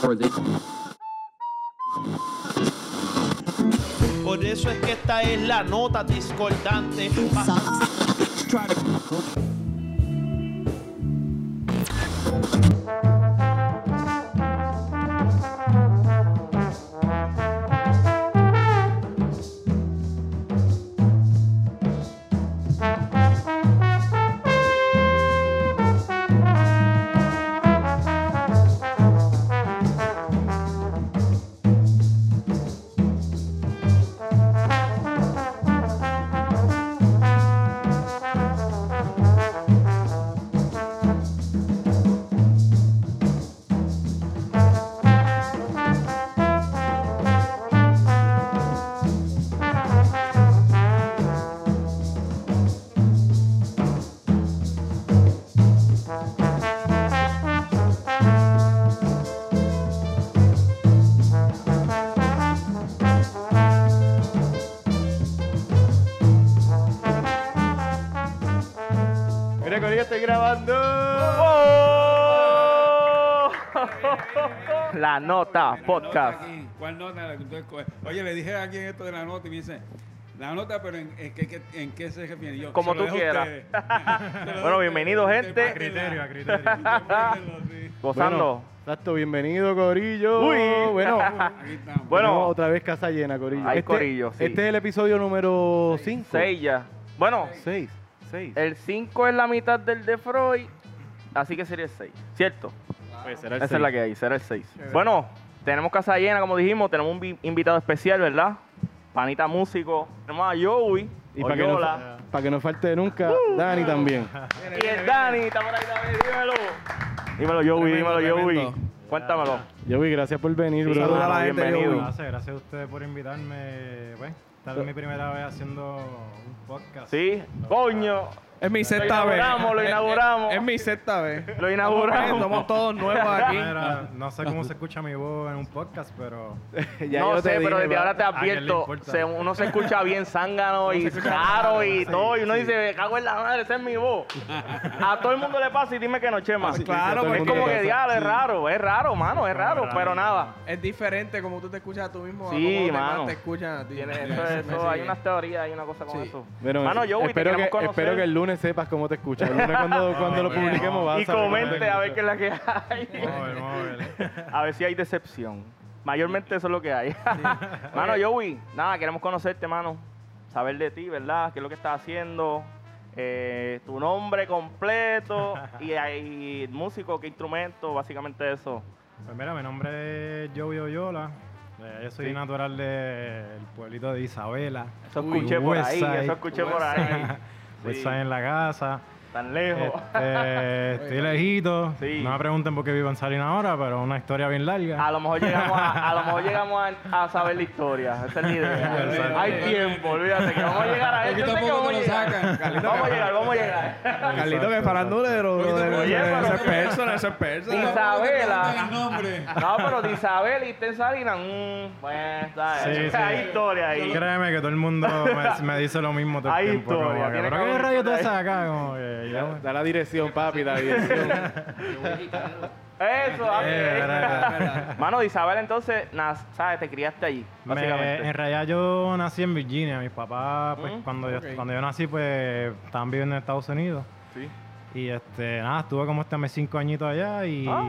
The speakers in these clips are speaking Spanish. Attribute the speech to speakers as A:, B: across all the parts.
A: for this.
B: Por eso es que esta es la nota discordante. Pa-
C: Mira, con ella estoy grabando. La nota podcast.
D: nota aquí. ¿Cuál nota la que tú escoges? Oye, le dije a alguien esto de la nota y me dice, la nota, pero ¿en, en qué, qué- en qué se refiere? Y Yo,
C: Como
D: se lo
C: tú
D: dejo a
C: quieras.
D: ustedes. Se lo dejo
C: Bueno,
D: a
C: bienvenido,
D: ustedes.
C: gente.
D: Ustedes
C: A
E: criterio, a
D: pásenla. Ustedes pásenlo,
C: Gozando.
F: Bueno, exacto, bienvenido, Corillo.
C: Uy.
F: Bueno,
D: sí. Aquí estamos.
C: Bueno.
F: tenemos otra vez casa llena, Corillo.
C: Hay corillo, sí.
F: Este es el episodio número 5.
C: Seis ya. Bueno,
F: 6. 6.
C: el 5 es la mitad del de Freud, así que sería el 6, ¿cierto?
E: Pues será el
C: Esa es
E: seis.
C: la que hay, será el 6. Bueno, tenemos casa llena, como dijimos, tenemos un vi- invitado especial, ¿verdad? Panita músico. Tenemos a Joey.
F: Y para que, no,
C: Oyola,
F: pa' que no falte nunca,
C: Uh.
F: Dani también.
C: Y el Dani, está por ahí también, dímelo. Dímelo, Joey,
E: Tremendo,
C: dímelo, Joey.
E: tremendo.
C: Cuéntamelo.
F: Joey, gracias por venir,
C: Sí,
F: bro.
C: saluda a la gente,
F: bienvenido.
C: Joey.
E: Gracias, gracias a ustedes por invitarme. Pues, tal vez mi primera vez haciendo un podcast.
C: Sí, coño.
G: Es mi sexta
C: Lo
G: vez.
C: inauguramos, lo
G: Es- es-
C: inauguramos.
G: Es, mi sexta vez.
C: Lo inauguramos.
G: Somos todos nuevos aquí.
E: Mira, no sé cómo se escucha mi voz en un podcast, pero
F: Ya
C: no
F: yo te
C: sé, pero
F: dije,
C: desde
F: va.
C: ahora te
E: ¿A quién le
C: advierto,
E: importa?
C: se- uno se escucha bien zángano y caro y todo, y uno dice, me cago en la madre, esa es mi voz. A todo el mundo le pasa y dime que no, Chema.
G: claro,
C: es
G: porque
C: como que
G: pasa,
C: diablo, es raro, es raro, mano, es raro,
E: raro,
C: pero nada.
G: Es diferente como tú te escuchas a tú mismo. a
C: Sí,
G: cómo los demás
C: mano.
G: Te escuchan a ti.
C: Tiene-
G: Sí,
C: eso,
G: sí,
C: eso,
G: sí.
C: hay unas teorías, hay una cosa con
G: Sí.
C: eso.
F: Bueno,
C: mano, yo te
F: espero,
C: queremos
F: que,
C: conocer.
F: espero que el lunes sepas cómo te escuchas. El lunes cuando, cuando lo
E: bueno.
F: publiquemos vas a
C: y
F: saber cómo te
C: comente a ver qué es
F: escuchas.
C: la que hay.
E: vamos a ver, vamos a ver.
C: A ver si hay decepción. Mayormente eso es lo que hay. mano, Joey, nada, queremos conocerte, mano. Saber de ti, ¿verdad? ¿Qué es lo que estás haciendo? Eh, tu nombre completo y, hay músico, qué instrumento, básicamente eso.
E: Pues mira, mi nombre es Joey Oyola. Eh, yo soy
C: Sí.
E: natural del pueblito de Isabela.
C: Eso
E: Uy,
C: escuché por ahí,
E: Westside.
C: eso escuché por ahí.
E: Pues
C: Sí.
E: está en la casa.
C: Tan lejos.
D: Eh.
E: Este, estoy lejito.
C: Sí.
E: No me pregunten por qué vivo en Salinas ahora, pero una historia bien larga.
C: A lo mejor llegamos a, a lo mejor llegamos a, a saber la historia. Esa es la idea.
E: Exacto.
C: Hay tiempo, olvídate que vamos a llegar a eso.
D: eh, Poquito a
C: que
D: poco
C: vamos a
D: te lo sacan.
C: llegar.
D: Carlito,
C: Vamos a llegar, vamos a llegar.
G: Carlito, que
E: Exacto,
G: farandulero. bro,
D: Oye,
G: de-
C: oye,
G: de-
C: pero-
G: Eso es persona, eso es persona.
C: Isabela.
D: El nombre.
C: No, pero de Isabel y usted en Salinas, mm, bueno, ¿sabes?
E: Sí, sí.
C: hay historia ahí.
E: Créeme que todo el mundo me, me dice lo mismo todo el
C: Hay
E: tiempo.
C: historia,
E: como que,
C: tiene que
E: ¿Pero qué
C: haber
E: rayo tú
C: historia
E: haces acá? Como que ya-
F: Da la dirección, papi, da la dirección.
C: Eso, así
E: Eh,
C: es.
E: verdad,
C: Mano, de Isabel, entonces, nas- ¿sabes? Te criaste allí,
E: Me-
C: básicamente.
E: en realidad yo nací en Virginia. Mis papás, pues,
C: Mm,
E: cuando,
G: ok.
E: yo, cuando yo nací, pues, estaban viviendo en Estados Unidos.
C: Sí.
E: Y este, nada, estuve como hasta mis cinco añitos allá y
C: Ah.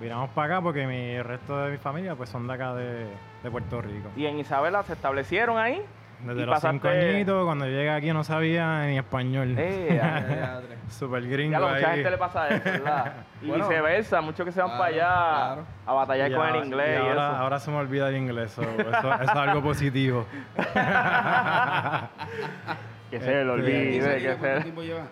E: viramos para acá porque mi, el resto de mi familia, pues, son de acá de, de Puerto Rico.
C: Y en Isabela se establecieron ahí.
E: Desde
C: y
E: los cinco
C: pasaste-
E: añitos, cuando llegué aquí no sabía ni español.
C: Eh, ya, ya.
E: Super gringo
C: Ya lo, mucha
E: ahí.
C: gente le pasa eso, ¿verdad? Y
G: Bueno.
C: viceversa, muchos que se van
G: Claro,
C: para allá
G: claro.
C: a batallar
E: Y
C: con
E: ahora-
C: el inglés
E: y
C: y,
E: ahora,
C: eso.
E: ahora se me olvida el inglés, so, eso, eso es algo positivo.
C: que se lo
E: Este,
C: olvide, que
D: ¿Cuánto
C: se...
D: tiempo lleva?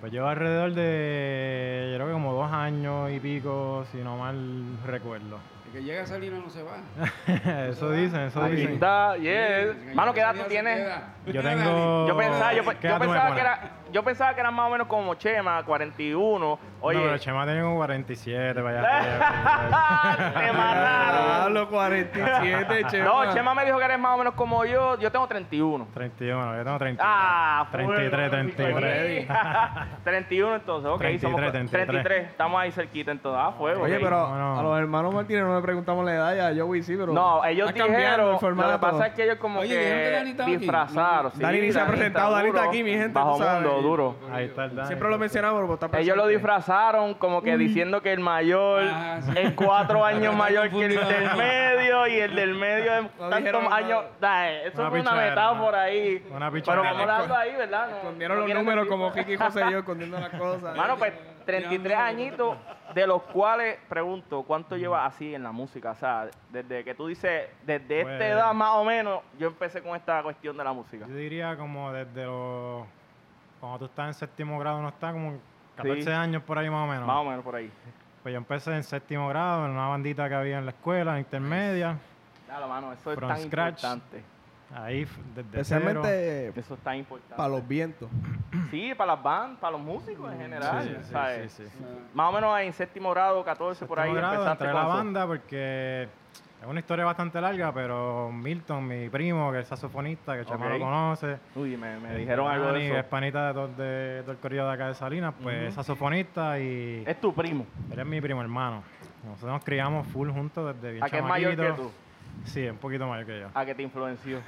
E: Pues llevo alrededor de, yo creo que como dos años y pico, si no mal recuerdo.
D: El que llega a Salinas no se va.
E: eso dicen, eso
C: Aquí
E: dicen.
C: está, yes.
D: Sí,
C: Eh, Mano, ¿qué edad
D: Salinas
C: tú
D: se
C: tienes?
D: queda.
E: Yo tengo...
C: Yo pensaba, yo, pe- yo
E: ¿Qué edad tú me
C: pensaba que
E: pones?
C: era, yo pensaba que eran más o menos como Chema, 41. Oye,
E: No, pero Chema tiene como 47, vaya. vaya,
C: Ah, te mataron.
G: Hablo 47, che.
C: No, Chema me dijo que eres más o menos como yo. Yo tengo 31.
E: 31, yo tengo 30.
C: Ah, full.
E: 33, 33.
C: 31 entonces, ok. somos
E: 33,
C: 33.
E: 33.
C: Estamos ahí cerquita entonces. Ah, fuego.
G: Oye,
C: ok.
G: pero
E: no, no.
G: a los hermanos Martínez no no le preguntamos la edad, ya yo Joey sí, pero.
C: No, ellos
G: está cambiando
C: dijeron,
G: el
C: lo que
G: formato.
C: pasa es que ellos como
D: Oye, dijeron que Dani
C: que
D: estaba aquí.
C: disfrazaron. sí,
G: Dani ni se
C: Dani
G: ha
C: está
G: presentado, Dani está
C: duro,
G: aquí, mi gente, tú
C: Bajo
G: sabes.
C: mundo, duro.
E: Ahí está el Dani.
G: Siempre lo mencionamos, pero pues está
C: Ellos lo
G: presente.
C: disfrazaron como que diciendo que el mayor
D: Ah, sí.
C: es cuatro años
D: Lo
C: mayor que el del
D: confundieron.
C: medio y el del medio es
G: Lo
C: tantos
G: dijeron,
C: años. Da, eh, eso
E: Una
C: fue una
E: pichadera,
C: metáfora ahí.
E: Una
C: Pero
E: pichadera.
C: vamos dejando ahí, ¿verdad? No-
G: Escondieron
C: no
G: los
C: quieren
G: números
C: decir.
G: como Kiki y José y yo escondiendo las cosas.
C: Mano, pues 33 añitos, de los cuales pregunto, ¿cuánto llevas así en la música? O sea, desde que tú dices, desde esta
E: Pues-
C: edad más o menos, yo empecé con esta cuestión de la música.
E: Yo diría como desde los... Cuando tú estás en séptimo grado, no está como 14
C: Sí.
E: años por ahí más o menos.
C: Más o menos por ahí.
E: Pues yo empecé en séptimo grado, en una bandita que había en la escuela, en intermedia.
C: Claro, mano, eso es
E: From
C: tan
E: scratch.
C: importante.
E: Ahí f- desde cero.
G: Especialmente
C: Eso es tan importante.
G: para los vientos.
C: Sí, para las bandas, para los músicos en general.
E: Mm, Sí, sí,
C: ¿sabes?
E: sí, sí.
C: Más o menos en séptimo grado, 14 por ahí
E: Séptimo grado,
C: empezaste
E: entré a
C: con
E: la
C: eso.
E: banda porque es una historia bastante larga, pero Milton, mi primo, que es saxofonista, que el chamo
C: Ok.
E: lo conoce.
C: Uy, me, me dijeron algo
E: Dani, que
C: de
E: es
C: eso.
E: panita de, todo- de, del corrido de acá de Salinas, pues es saxofonista y
C: Es tu primo.
E: él es mi primo hermano. Nosotros nos criamos full juntos desde bien
C: ¿A que es mayor que
E: chamaquitos.
C: tú?
E: Sí, un poquito mayor que yo.
C: ¿A que te influenció?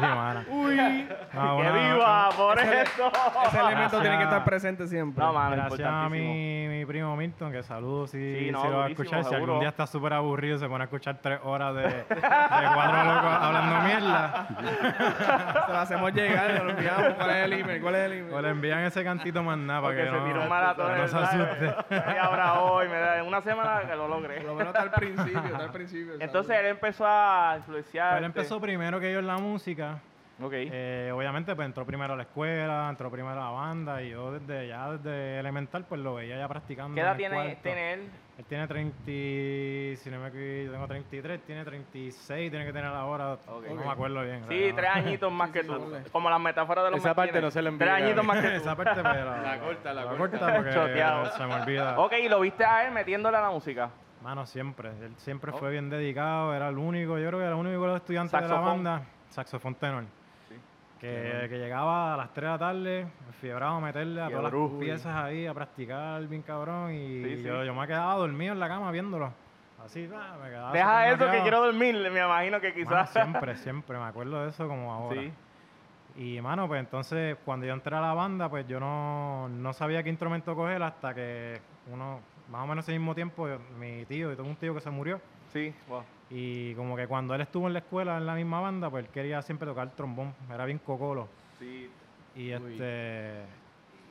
E: mano.
C: ¡Uy!
E: Ah,
C: ¡Que
E: bueno,
C: viva! ¡Por eso!
G: Ese elemento tiene que
E: Gracias.
G: estar presente siempre.
C: No, mano,
E: Gracias a
C: importantísimo.
E: mi, mi primo Milton, que saludo si,
C: Sí,
E: si
C: no,
E: lo va a
C: durísimo,
E: escuchar. Si
C: seguro.
E: algún día está súper aburrido y se pone a escuchar tres horas de, de cuatro locos hablando mierda,
G: Se lo hacemos llegar, se lo enviamos. ¿Cuál es el email? ¿Cuál es el email?
E: o le envían ese cantito más nada para
C: Porque
E: que
C: se
E: no,
C: tiró un maratón
E: para
C: en
E: que no
C: el
E: se asuste.
C: ahora hoy, me da en una semana que lo logré.
G: Por lo menos está al principio, está al principio.
C: Entonces él empezó a influenciar.
E: Pero él empezó primero que yo en la música.
C: Ok.
E: Eh, obviamente, pues entró primero a la escuela, entró primero a la banda y yo desde ya, desde elemental, pues lo veía ya practicando.
C: ¿Qué
E: en
C: edad
E: el
C: tiene,
E: cuarto.
C: tiene él?
E: Él tiene 30, si no me equivoco, yo tengo 33, tiene 36, tiene que tener ahora,
C: Ok.
E: no me acuerdo bien.
C: Sí,
E: ¿verdad?
C: tres añitos más que tú. Como las metáforas de los
F: Esa parte
C: Martínez.
F: no se la envía,
C: Tres añitos más que
E: Esa parte, pero... La
F: corta, la
E: corta.
F: corta.
E: porque
C: Choteado.
E: se me olvida.
C: tú. Ok, y lo viste a él metiéndole a la música.
E: Mano, siempre. Él siempre fue bien dedicado, era el único, yo creo que era el único de los estudiantes de la
C: Saxofón.
E: banda, saxofón tenor. Que, que llegaba a las 3 de la tarde, fiebrado a meterle a todas las
C: Fiebrujo.
E: piezas ahí, a practicar bien cabrón.
C: eh.
E: Y
C: Sí, sí.
E: Yo, yo me quedaba dormido en la cama viéndolo. Así, ah, me quedaba.
C: Deja
E: súper
C: eso que
E: mareado.
C: quiero dormir, me imagino que
E: Mano,
C: quizás.
E: siempre, siempre, me acuerdo de eso como ahora.
C: Sí.
E: Y mano, pues entonces cuando yo entré a la banda, pues yo no, no sabía qué instrumento coger hasta que uno, más o menos ese mismo tiempo, yo- mi tío, yo tengo un tío que se murió.
C: Sí, wow.
E: Y como que cuando él estuvo en la escuela, en la misma banda, pues él quería siempre tocar trombón, era bien cocolo.
C: Sí.
E: Y este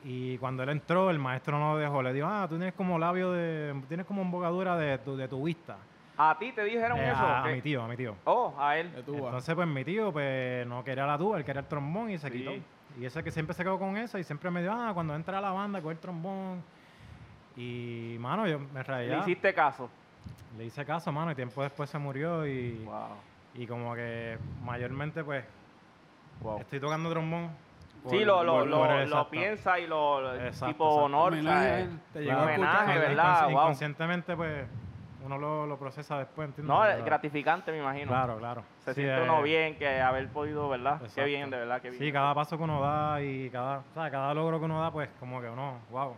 E: y cuando él entró, el maestro no lo dejó, le dijo, ah, tú tienes como labio de, tienes como embocadura de tu, de tu vista.
C: ¿A ti te dijeron
E: Eh,
C: eso?
E: a, a
C: ¿Qué?
E: mi tío, a mi tío.
C: Oh, a él.
G: De ah. tu voz.
E: Entonces, pues mi tío pues, no quería la tuba, él quería el trombón y se
C: Sí.
E: quitó. Y ese que siempre se quedó con esa y siempre me dio, ah, cuando entra a la banda, coge el trombón. Y, mano, yo me
C: Le
E: rayé.
C: hiciste caso.
E: Le hice caso, mano, y tiempo después se murió y,
C: Wow.
E: y como que mayormente, pues,
C: Wow.
E: estoy tocando trombón.
C: Sí,
E: Este, por-
C: lo, lo,
E: por-
C: lo,
E: por-
C: lo
E: exacto.
C: piensa y lo, lo-
E: Exacto,
C: tipo
E: exacto.
C: honor, eh,
D: Homenaje a
C: ¿sabes?
D: él.
G: Te
E: Claro.
G: llegó a escuchar.
C: Homenaje,
E: Inconsci-
C: ¿verdad? Wow.
E: Inconscientemente, pues, uno lo, lo procesa después, ¿entiendes?
C: No,
E: Pero-
C: gratificante, me imagino.
E: Claro, claro.
C: Se
E: Sí,
C: siente
E: eh,
C: uno bien que haber podido, ¿verdad? Qué
E: Exacto.
C: bien, de verdad, qué bien.
E: Sí, cada paso que uno da y cada, o sea, cada logro que uno da, pues como que uno, wow.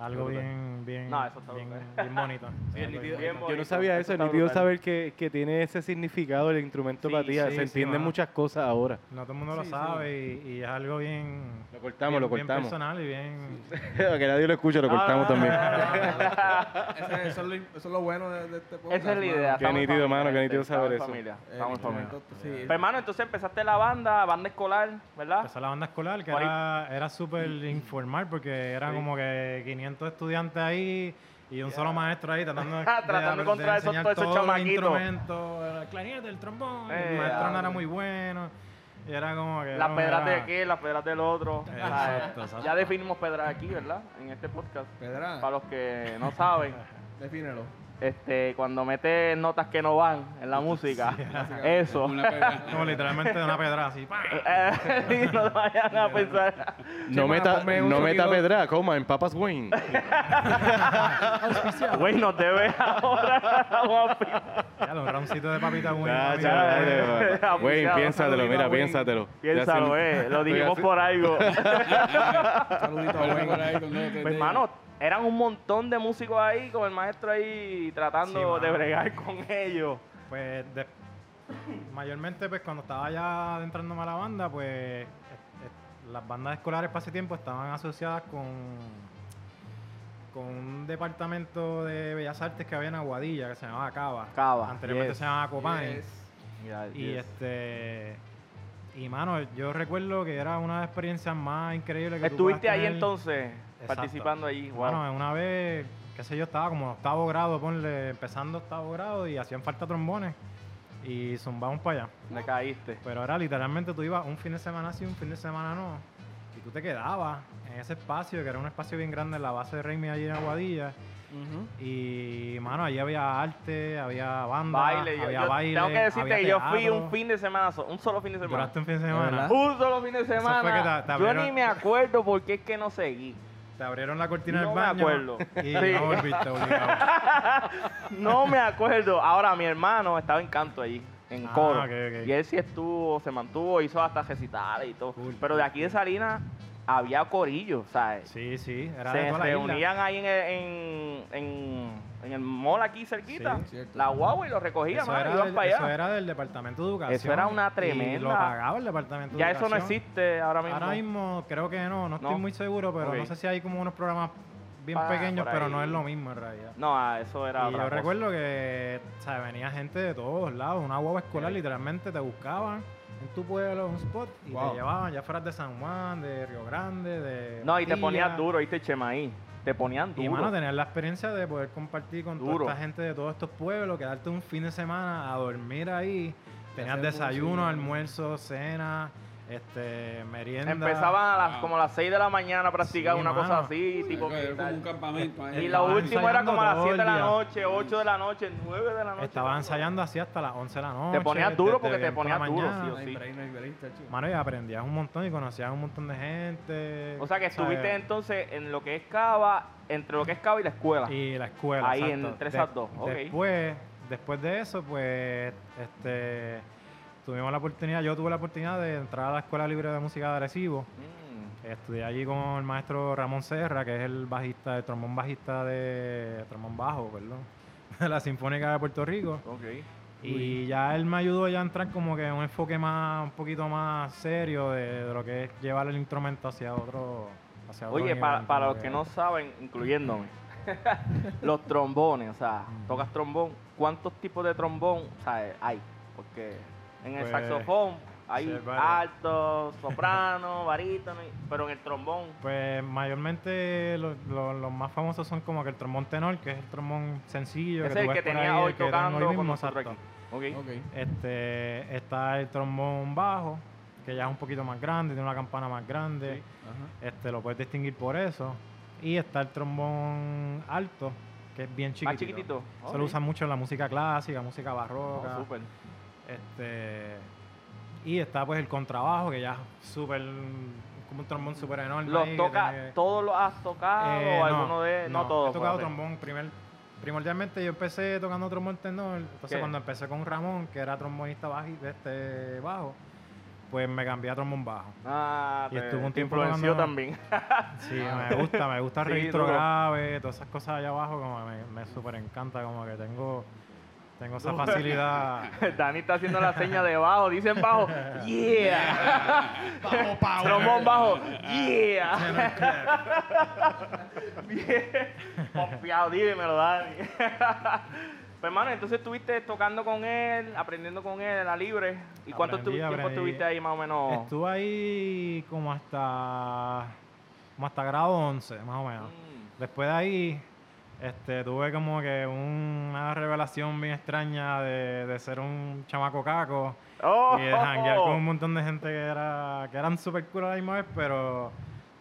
E: Algo
C: brutal.
E: bien, bien,
C: No, eso está
E: bien,
C: brutal.
E: bien bonito.
C: Bien
E: Algo
C: nítido, bien
E: bien bonito.
F: Yo
C: bonito,
F: no sabía
C: eso
F: eso,
C: está
F: ni tío
C: brutal.
F: saber que, que tiene ese significado el instrumento
C: Sí,
F: para ti.
E: sí,
F: se
E: sí,
F: entienden
E: mano.
F: muchas cosas ahora.
E: No todo el mundo
G: Sí,
E: lo
G: sí.
E: sabe y, y es algo bien,
F: Lo cortamos,
E: bien,
F: lo
E: bien
F: cortamos.
E: personal y bien...
F: que nadie lo escuche, lo
C: No, no,
F: cortamos
C: no, no,
F: también.
C: no, no, no.
G: Ese- eso, es lo, eso es lo bueno de, de este podcast.
C: Esa es la
G: mano.
C: idea.
F: Qué
C: estamos en
F: nítido,
C: familia,
F: mano, qué
C: gente,
F: nítido saber
C: estamos en
F: eso.
C: familia,
G: Eh,
C: estamos en familia.
G: entonces, sí.
C: Pero, hermano, entonces empezaste la banda, banda escolar, ¿verdad?
E: Empezó la banda escolar, que
C: Ahorita-
E: era, era súper informal porque era
C: Sí.
E: como que 500 estudiantes ahí y un solo maestro ahí tratando de,
C: Tratando de controlar esos-
E: enseñar
C: todos esos
E: todos los
C: chamaquitos.
E: instrumentos, el clarinete, el trombón,
C: Eh,
E: el maestro no
C: hombre.
E: era muy bueno. Y era como que...
C: Las
E: no,
C: pedras de
E: era-
C: aquí, las pedras del otro.
E: Ah. Exacto, exacto.
C: Ya definimos pedras aquí, ¿verdad? En este podcast. Para
G: Pedra,
C: los que no saben,
G: defínelo.
C: este, cuando metes notas que no van en la música, eso.
D: Una pega.
E: Como literalmente de una pedra así. ¡pam!
C: Eh, no te vayan a pensar.
F: No
G: Sí,
F: meta,
G: mano, ponme un
F: no meta
G: sonido.
F: pedra, coma, en papas Wayne.
C: Güey, no te veas ahora. Vamos a pi-
E: Ya, los roundcitos de papita muy
F: Ya,
E: mami,
F: ya,
E: mami.
F: dale,
C: ya,
F: dale. Wayne,
C: ya,
F: piénsatelo,
G: saludito a
F: mira,
G: Wayne.
F: piénsatelo. Ya
C: Piénsalo,
F: se-
C: eh. Lo
F: Estoy
C: dijimos
F: así.
C: por algo.
G: Saludito a
D: Por
G: Wayne.
D: ahí con dos o tres
C: Pues,
D: de ellos.
C: hermano, eran un montón de músicos ahí con el maestro ahí
E: Sí,
C: tratando
E: mano.
C: de bregar con ellos.
E: Pues de- mayormente pues cuando estaba ya adentrándome a la banda, pues es- es- las bandas escolares para ese tiempo estaban asociadas con, con un departamento de Bellas Artes que había en Aguadilla, que se llamaba Cava.
C: Cava,
E: Anteriormente
C: yes.
E: se llamaba Copani.
G: Yes.
E: Y este... Y mano, yo recuerdo que era una de las experiencias más increíbles que tú puedas
C: Estuviste ahí
E: tener.
C: entonces,
E: Exacto.
C: participando allí. Wow.
E: Bueno, una vez, qué sé yo, estaba como en octavo grado, ponle, empezando octavo grado y hacían falta trombones y zumbamos para allá.
C: Me caíste.
E: Pero era literalmente tú ibas un fin de semana sí, un fin de semana no. Y tú te quedabas en ese espacio, que era un espacio bien grande en la base de Reymi allí en Aguadilla. Y, mano, allí había arte, había banda,
C: Baile, yo,
E: había
C: yo
E: baile,
C: tengo que decirte
E: había
C: que yo fui
E: teatro.
C: un fin de semana, so- un solo fin de semana.
E: Duraste un fin de semana.
G: ¿Verdad?
C: Un solo fin de
E: fue que te-
C: semana.
E: te
C: Yo
E: abrieron-
C: ni me acuerdo porque es que no seguí.
E: Te abrieron la cortina
C: No
E: del
C: me
E: baño.
C: acuerdo.
E: Y
C: Sí.
E: no volviste obligado.
C: No me acuerdo. Ahora, mi hermano estaba en canto allí, en
E: Ah,
C: coro.
E: ok, ok.
C: Y él sí estuvo, se mantuvo, hizo hasta recitales y todo.
E: Cool.
C: Pero de aquí de Salinas había corillo, ¿sabes?
E: Sí, sí, era de
C: se
E: toda la isla.
C: reunían ahí en el, en, en- en el mall aquí cerquita,
E: Sí,
D: cierto.
C: la guagua y lo recogían,
E: Eso
C: mano,
E: era,
C: iban
E: del,
C: para allá.
E: eso era del departamento de educación.
C: Eso era una
E: y lo
C: tremenda-
E: pagaba el departamento de
C: ya eso
E: educación.
C: no existe ahora mismo.
E: Ahora mismo creo que no, no estoy
C: No.
E: muy seguro, pero no
C: Ok.
E: sé si hay como unos programas bien
C: Ah,
E: pequeños,
C: por
E: pero
C: ahí.
E: no es lo mismo en realidad.
C: No, ah, eso era
E: y
C: otra
E: yo
C: cosa.
E: recuerdo que o sea, venía gente de todos lados, una guagua escolar literalmente te buscaban en tu pueblo, un spot, y
D: Wow.
E: te llevaban, ya fueras de San Juan, de Río Grande, de...
C: No, y te
E: Patilla.
C: ponías duro, ¿viste, Chemaí? Te ponían duro.
E: Y mano, tener la experiencia de poder compartir con
C: Duro.
E: toda esta gente de todos estos pueblos, quedarte un fin de semana a dormir ahí, tenías
G: hacer
E: desayuno,
G: música.
E: almuerzo, cena, este, merienda.
C: Empezaban a las,
D: Ah.
C: como a las 6 de la mañana a practicar
E: Sí,
C: una cosa
E: mano.
C: así, tipo que
D: Era como
C: tal.
D: un campamento. ahí.
C: Y lo
E: Estaban
C: último era como a las
E: ensayando
C: 7 de la
E: todo el
C: noche, 8 de la noche, 9 de la noche.
E: Estaba ensayando así hasta las 11 de la noche.
C: ponías duro
E: desde
C: porque te
E: bien por la
C: ponías duro,
E: mañana.
C: sí o
G: No hay
C: sí.
G: break, no hay break, chacho.
E: Mano, y aprendías un montón y conocías un montón de gente.
C: O sea que
E: ¿sabes?
C: estuviste entonces en lo que es Cava, entre lo que es Cava y la escuela.
E: Y la escuela.
C: Ahí,
E: exacto.
C: entre
E: De-
C: esas dos, ok.
E: Después, después de eso, pues, este, tuvimos la oportunidad, yo tuve la oportunidad de entrar a la Escuela Libre de Música de Arecibo.
C: Mm.
E: Estudié allí con el maestro Ramón Serra, que es el bajista, el trombón bajista de. trombón bajo, perdón. De la Sinfónica de Puerto Rico.
C: Ok.
E: Y ya él me ayudó ya a entrar como que en un enfoque más, un poquito más serio de, de lo que es llevar el instrumento hacia otro. Hacia otro
C: Oye,
E: nivel,
C: para,
E: como
C: para los que no saben, incluyéndome, los trombones, o sea,
E: Mm.
C: tocas trombón, ¿cuántos tipos de trombón o sea, hay? Porque en el
E: Pues,
C: saxofón
E: sí,
C: hay
E: hay varios.
C: alto, soprano, barítono, y- pero en el trombón,
E: Pues mayormente lo- lo- los más famosos son como que el trombón tenor, que es el trombón sencillo.
C: ese
E: tú
C: es el
E: ves
C: que
E: por
C: tenía
E: ahí,
C: hoy
E: el que tengo
C: tocando con
E: mismo,
C: nosotros
E: exacto.
C: aquí. Ok.
D: Ok.
E: Este, está el trombón bajo, que ya es un poquito más grande, tiene una campana más grande. Este, lo puedes distinguir por eso. Y está el trombón alto, que es bien chiquitito.
C: Más chiquitito.
E: Se lo
C: Ok.
E: usan mucho en la música clásica, música
C: Oh,
E: barroca.
C: súper.
E: este, y está pues el contrabajo, que ya es súper como un trombón súper enorme. ahí
C: ¿Los
E: que
C: toca,
E: tiene-
C: todos los has tocado
E: Eh,
C: o alguno de.? No, todos.
E: He tocado
C: fíjate.
E: trombón primer- primordialmente. Yo empecé tocando trombón tenor. Entonces,
C: ¿Qué?
E: cuando empecé con Ramón, que era trombonista baji- de este bajo, pues me cambié a trombón bajo.
C: Ah,
E: Y
C: te-
E: estuvo un
C: te
E: tiempo
C: influenció
E: tocando-
C: también.
E: Sí, me gusta, me gusta el
C: Ah. Sí,
E: registro
C: duro.
E: grave, todas esas cosas allá abajo, como me, me súper encanta, como que tengo, tengo esa facilidad.
C: Dani está haciendo la seña de bajo. Dicen bajo. ¡Yeah!
B: Bajo power.
C: Trombón bajo. ¡Yeah! Bien. Confiado, dímelo, Dani. Pues, hermano, entonces estuviste tocando con él, aprendiendo con él en la libre. ¿Y cuánto
E: Aprendí,
C: tu- tiempo
E: aprendí.
C: estuviste ahí más o menos?
E: Estuve ahí como hasta, como hasta grado 11, más o menos.
C: Mm.
E: Después de ahí, este, tuve como que una revelación bien extraña de, de ser un chamaco caco
C: ¡Oh!
E: y de janguear con un montón de gente que era que eran super cool a la misma vez, pero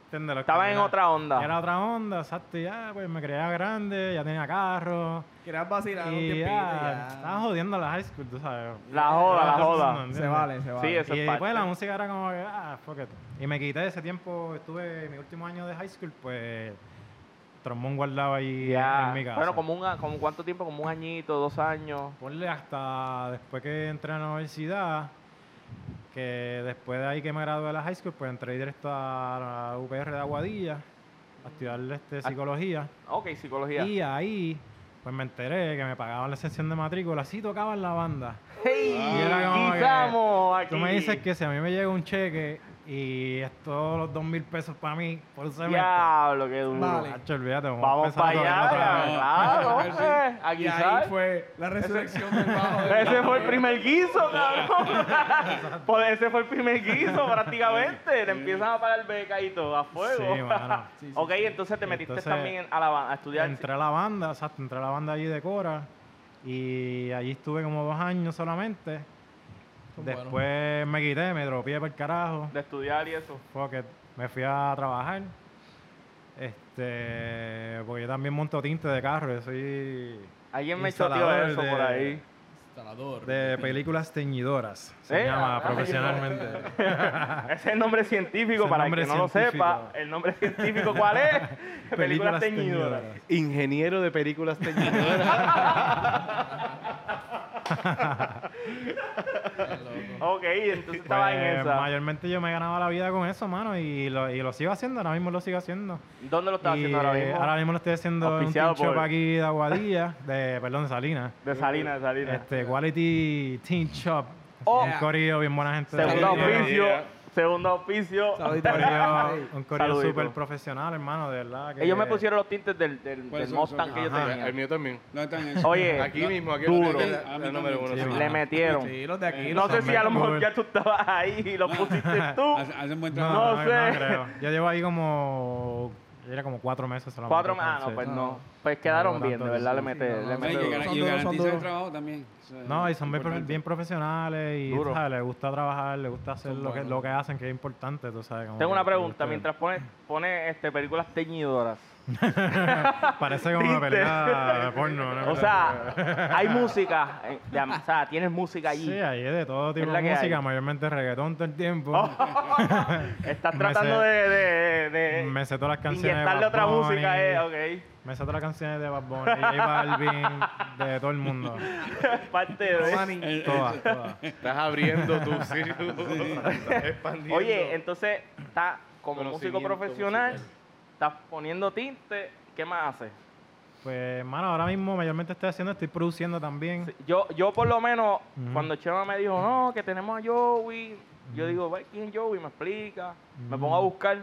E: ¿entiendes? Los que
C: Estaba en
E: era-
C: otra onda.
E: Era otra onda, exacto, y ya pues me creía grande, ya tenía carro
G: Querías vacilar un
E: y
G: tiempito y
E: ya,
G: ya.
E: estaba jodiendo la high school, tú sabes.
C: La joda, la
E: Entonces,
C: joda.
E: no, ¿entiendes?
G: Se vale, se vale.
C: Sí, eso
E: Y
C: es parte.
E: después la música era como que, ah, fuck it. Y me quité ese tiempo, estuve mi último año de high school, pues trombón guardado ahí
C: Ya.
E: en mi casa.
C: Bueno, como un, a- como cuánto tiempo, como un añito, dos años.
E: Ponle hasta después que entré a la universidad, que después de ahí que me gradué de la high school, pues entré directo a la UPR de Aguadilla a estudiar este,
C: Ah,
E: psicología.
C: Ok, psicología.
E: Y ahí, pues me enteré que me pagaban la sesión de matrícula. Sí tocaban la banda.
C: ¡Hey!
E: Y era como que-
C: guisamos aquí.
E: Tú me dices que si a mí me llega un cheque y es todos los dos mil pesos para mí por un semestre.
C: Diablo, qué duro.
G: Vale.
E: Hacho, olvídate, vamos,
C: Vamos
E: empezar
C: para allá,
E: a tocar otra
C: claro.
E: vez.
D: Sí.
C: eh, a
G: Y ahí
C: guisar.
G: fue la resurrección del bajo. del
C: Ese
G: bajo.
C: fue el primer guiso, cabrón. Por ese fue el primer guiso, prácticamente. Te empiezan a pagar beca y todo, a fuego.
E: Sí, mano.
G: Sí, sí,
C: ok,
G: sí.
C: entonces te metiste
E: Entonces,
C: también a, la, ba- a estudiar.
E: Entré a la banda, exacto, entré a la banda allí de Cora y allí estuve como dos años solamente.
G: Son buenos.
E: Después me quité, me dropié para el carajo,
C: De estudiar y eso.
E: porque me fui a trabajar. Este, porque yo también monto tinte de carro, yo soy
C: Alguien me choteó
E: Instalador
C: eso por
E: de-
C: ahí.
G: Instalador.
E: de películas teñidoras, se
C: Eh,
E: llama
C: ah,
E: profesionalmente.
C: Ese es el nombre científico,
E: Ah. Ese
C: para el
E: nombre
C: que no lo
E: científico.
C: sepa. El nombre científico, ¿cuál es? Películas teñidoras.
F: Ingeniero de películas teñidoras.
C: Ok, entonces estaba en
E: Pues,
C: esa.
E: Mayormente yo me ganaba la vida con eso, mano, y lo, y lo sigo haciendo, ahora mismo lo sigo haciendo.
C: ¿Dónde lo estás
E: Y,
C: haciendo ahora
E: eh,
C: mismo?
E: ahora mismo lo estoy haciendo en un
C: Auspiciado
E: team shop
C: por-
E: aquí de Aguadilla, de, perdón, de Salinas.
C: De Salina, de Salina.
E: Este, Quality Team Shop.
C: Oh.
E: un corillo bien buena gente.
C: segundo
G: Saludito.
C: auspicio. Segundo auspicio.
G: Saludito.
E: Un corillo- Un corillo
C: Saludito.
E: súper profesional, hermano, de verdad. que-
C: Ellos me pusieron los tintes del, del,
D: ¿Cuáles
C: del
D: son?
C: Mustang que yo
E: Ajá.
C: tenía.
F: El mío también.
D: No están en eso.
C: Oye,
F: Aquí mismo, aquí
C: duro.
F: lo tengo, la- la número uno.
E: Sí,
F: sí.
E: mano.
C: Le metieron.
G: Sí, los de aquí.
C: No
G: los
C: sé
E: son
C: si a lo
E: bien
C: mejor
E: cool.
C: ya tú estabas ahí y lo pusiste tú.
D: Hacen- Hacen buen
E: No,
D: trabajo.
C: No
E: no, no
C: sé.
E: creo. Yo llevo ahí como. Era como cuatro meses solamente.
C: Cuatro más. Ah, no, pues
E: entonces.
C: no. Pues quedaron
E: No,
C: bien, de
E: tanto,
C: verdad
E: sí,
C: le
E: sí,
C: mete.
G: no,
C: le
G: no,
D: No, y
C: mete
G: Son
D: que
C: duro.
D: gar-
G: duros, son
D: y
G: duros, son
D: garantizan el
G: duros.
D: trabajo también. Eso es
E: No, y son bien, profe-
D: importante.
E: bien profesionales y
C: Duro.
E: ¿sabes? les gusta trabajar, les gusta hacer
G: Son
E: lo que,
G: buenos.
E: lo que hacen, que es importante, tú sabes. como
C: Tengo
E: que-
C: una
E: que
C: pregunta.
E: ustedes-
C: Mientras pone, pone este, películas teñidoras.
E: Parece como una
C: Viste.
E: película de porno. ¿no?
C: O sea, hay música. eh, de- o sea, tienes música allí.
E: Sí, ahí es de todo tipo
C: Es la
E: de
C: que
E: música,
C: hay. Oh,
E: mayormente reggaetón todo el tiempo.
C: Estás
E: Me
C: tratando
E: sé-
C: de, de, de
E: me sé todas las canciones. de
C: inyectarle
E: Bad
C: otra
E: Bunny,
C: música, eh,
E: Me sé todas las canciones de Bad Bunny, J Balvin, de todo el mundo.
C: ok. Parte de.
G: Manny.
D: Eh, eh,
E: Todas, todas.
F: Estás abriendo tu círculo. Estás expandiendo.
C: Oye, entonces, está como músico
F: Conocimiento
C: profesional,
F: musical.
C: estás poniendo tinte, ¿qué más haces?
E: Pues, mano, ahora mismo mayormente estoy haciendo, estoy produciendo también.
C: Sí, Yo, yo por lo menos,
E: Ujú.
C: cuando Chema me dijo, no, que tenemos a Joey, yo digo, "Ve, ¿quién es Joey? Me explica, me pongo a
E: Mm.
C: buscar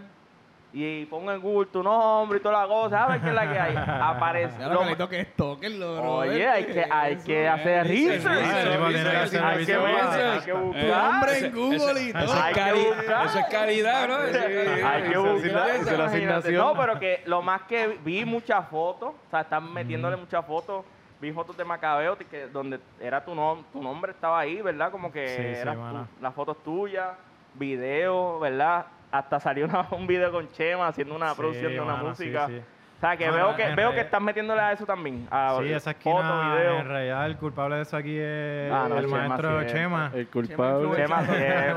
C: y pongo en Google tu nombre y toda la cosa, a ver qué es la que hay. Aparece.
G: Ya lo
C: lo-
G: que le toque es toque, lo
C: Oye, hay que, hay que hacer research.
E: research.
C: Hay que ver, hay que
D: Eh,
E: Ah,
C: buscar.
G: Hombre en Google y
D: Eso es
G: todo.
C: Hay que
D: cali-
C: buscar.
D: Eso es calidad, bro. Eso es calidad.
C: Hay que
D: Eso es
C: buscar.
D: certeza.
F: se la
C: imagínate.
F: asignación.
C: No, pero que lo más que vi vi muchas fotos, o sea, están metiéndole muchas fotos. Vi fotos de Macabeo t- que donde era tu, nom- tu nombre estaba ahí, ¿verdad? Como que
E: Sí, sí,
C: eras tú-
E: mano.
C: las fotos tuyas, videos, ¿verdad? Hasta salió una- un video con Chema haciendo una
E: Sí,
C: producción de una
E: mano, sí,
C: música.
E: sí.
C: O sea, que
E: Mano,
C: veo que
E: en
C: veo que
E: realidad-
C: estás metiéndole a eso también. A
E: Sí, esa
C: fotos,
E: esquina,
C: videos.
E: en realidad, el culpable de eso aquí es
C: Ah, no,
E: el
C: Chema,
E: maestro
C: sí es.
E: Chema.
G: Eh,
F: El culpable.
C: Chema,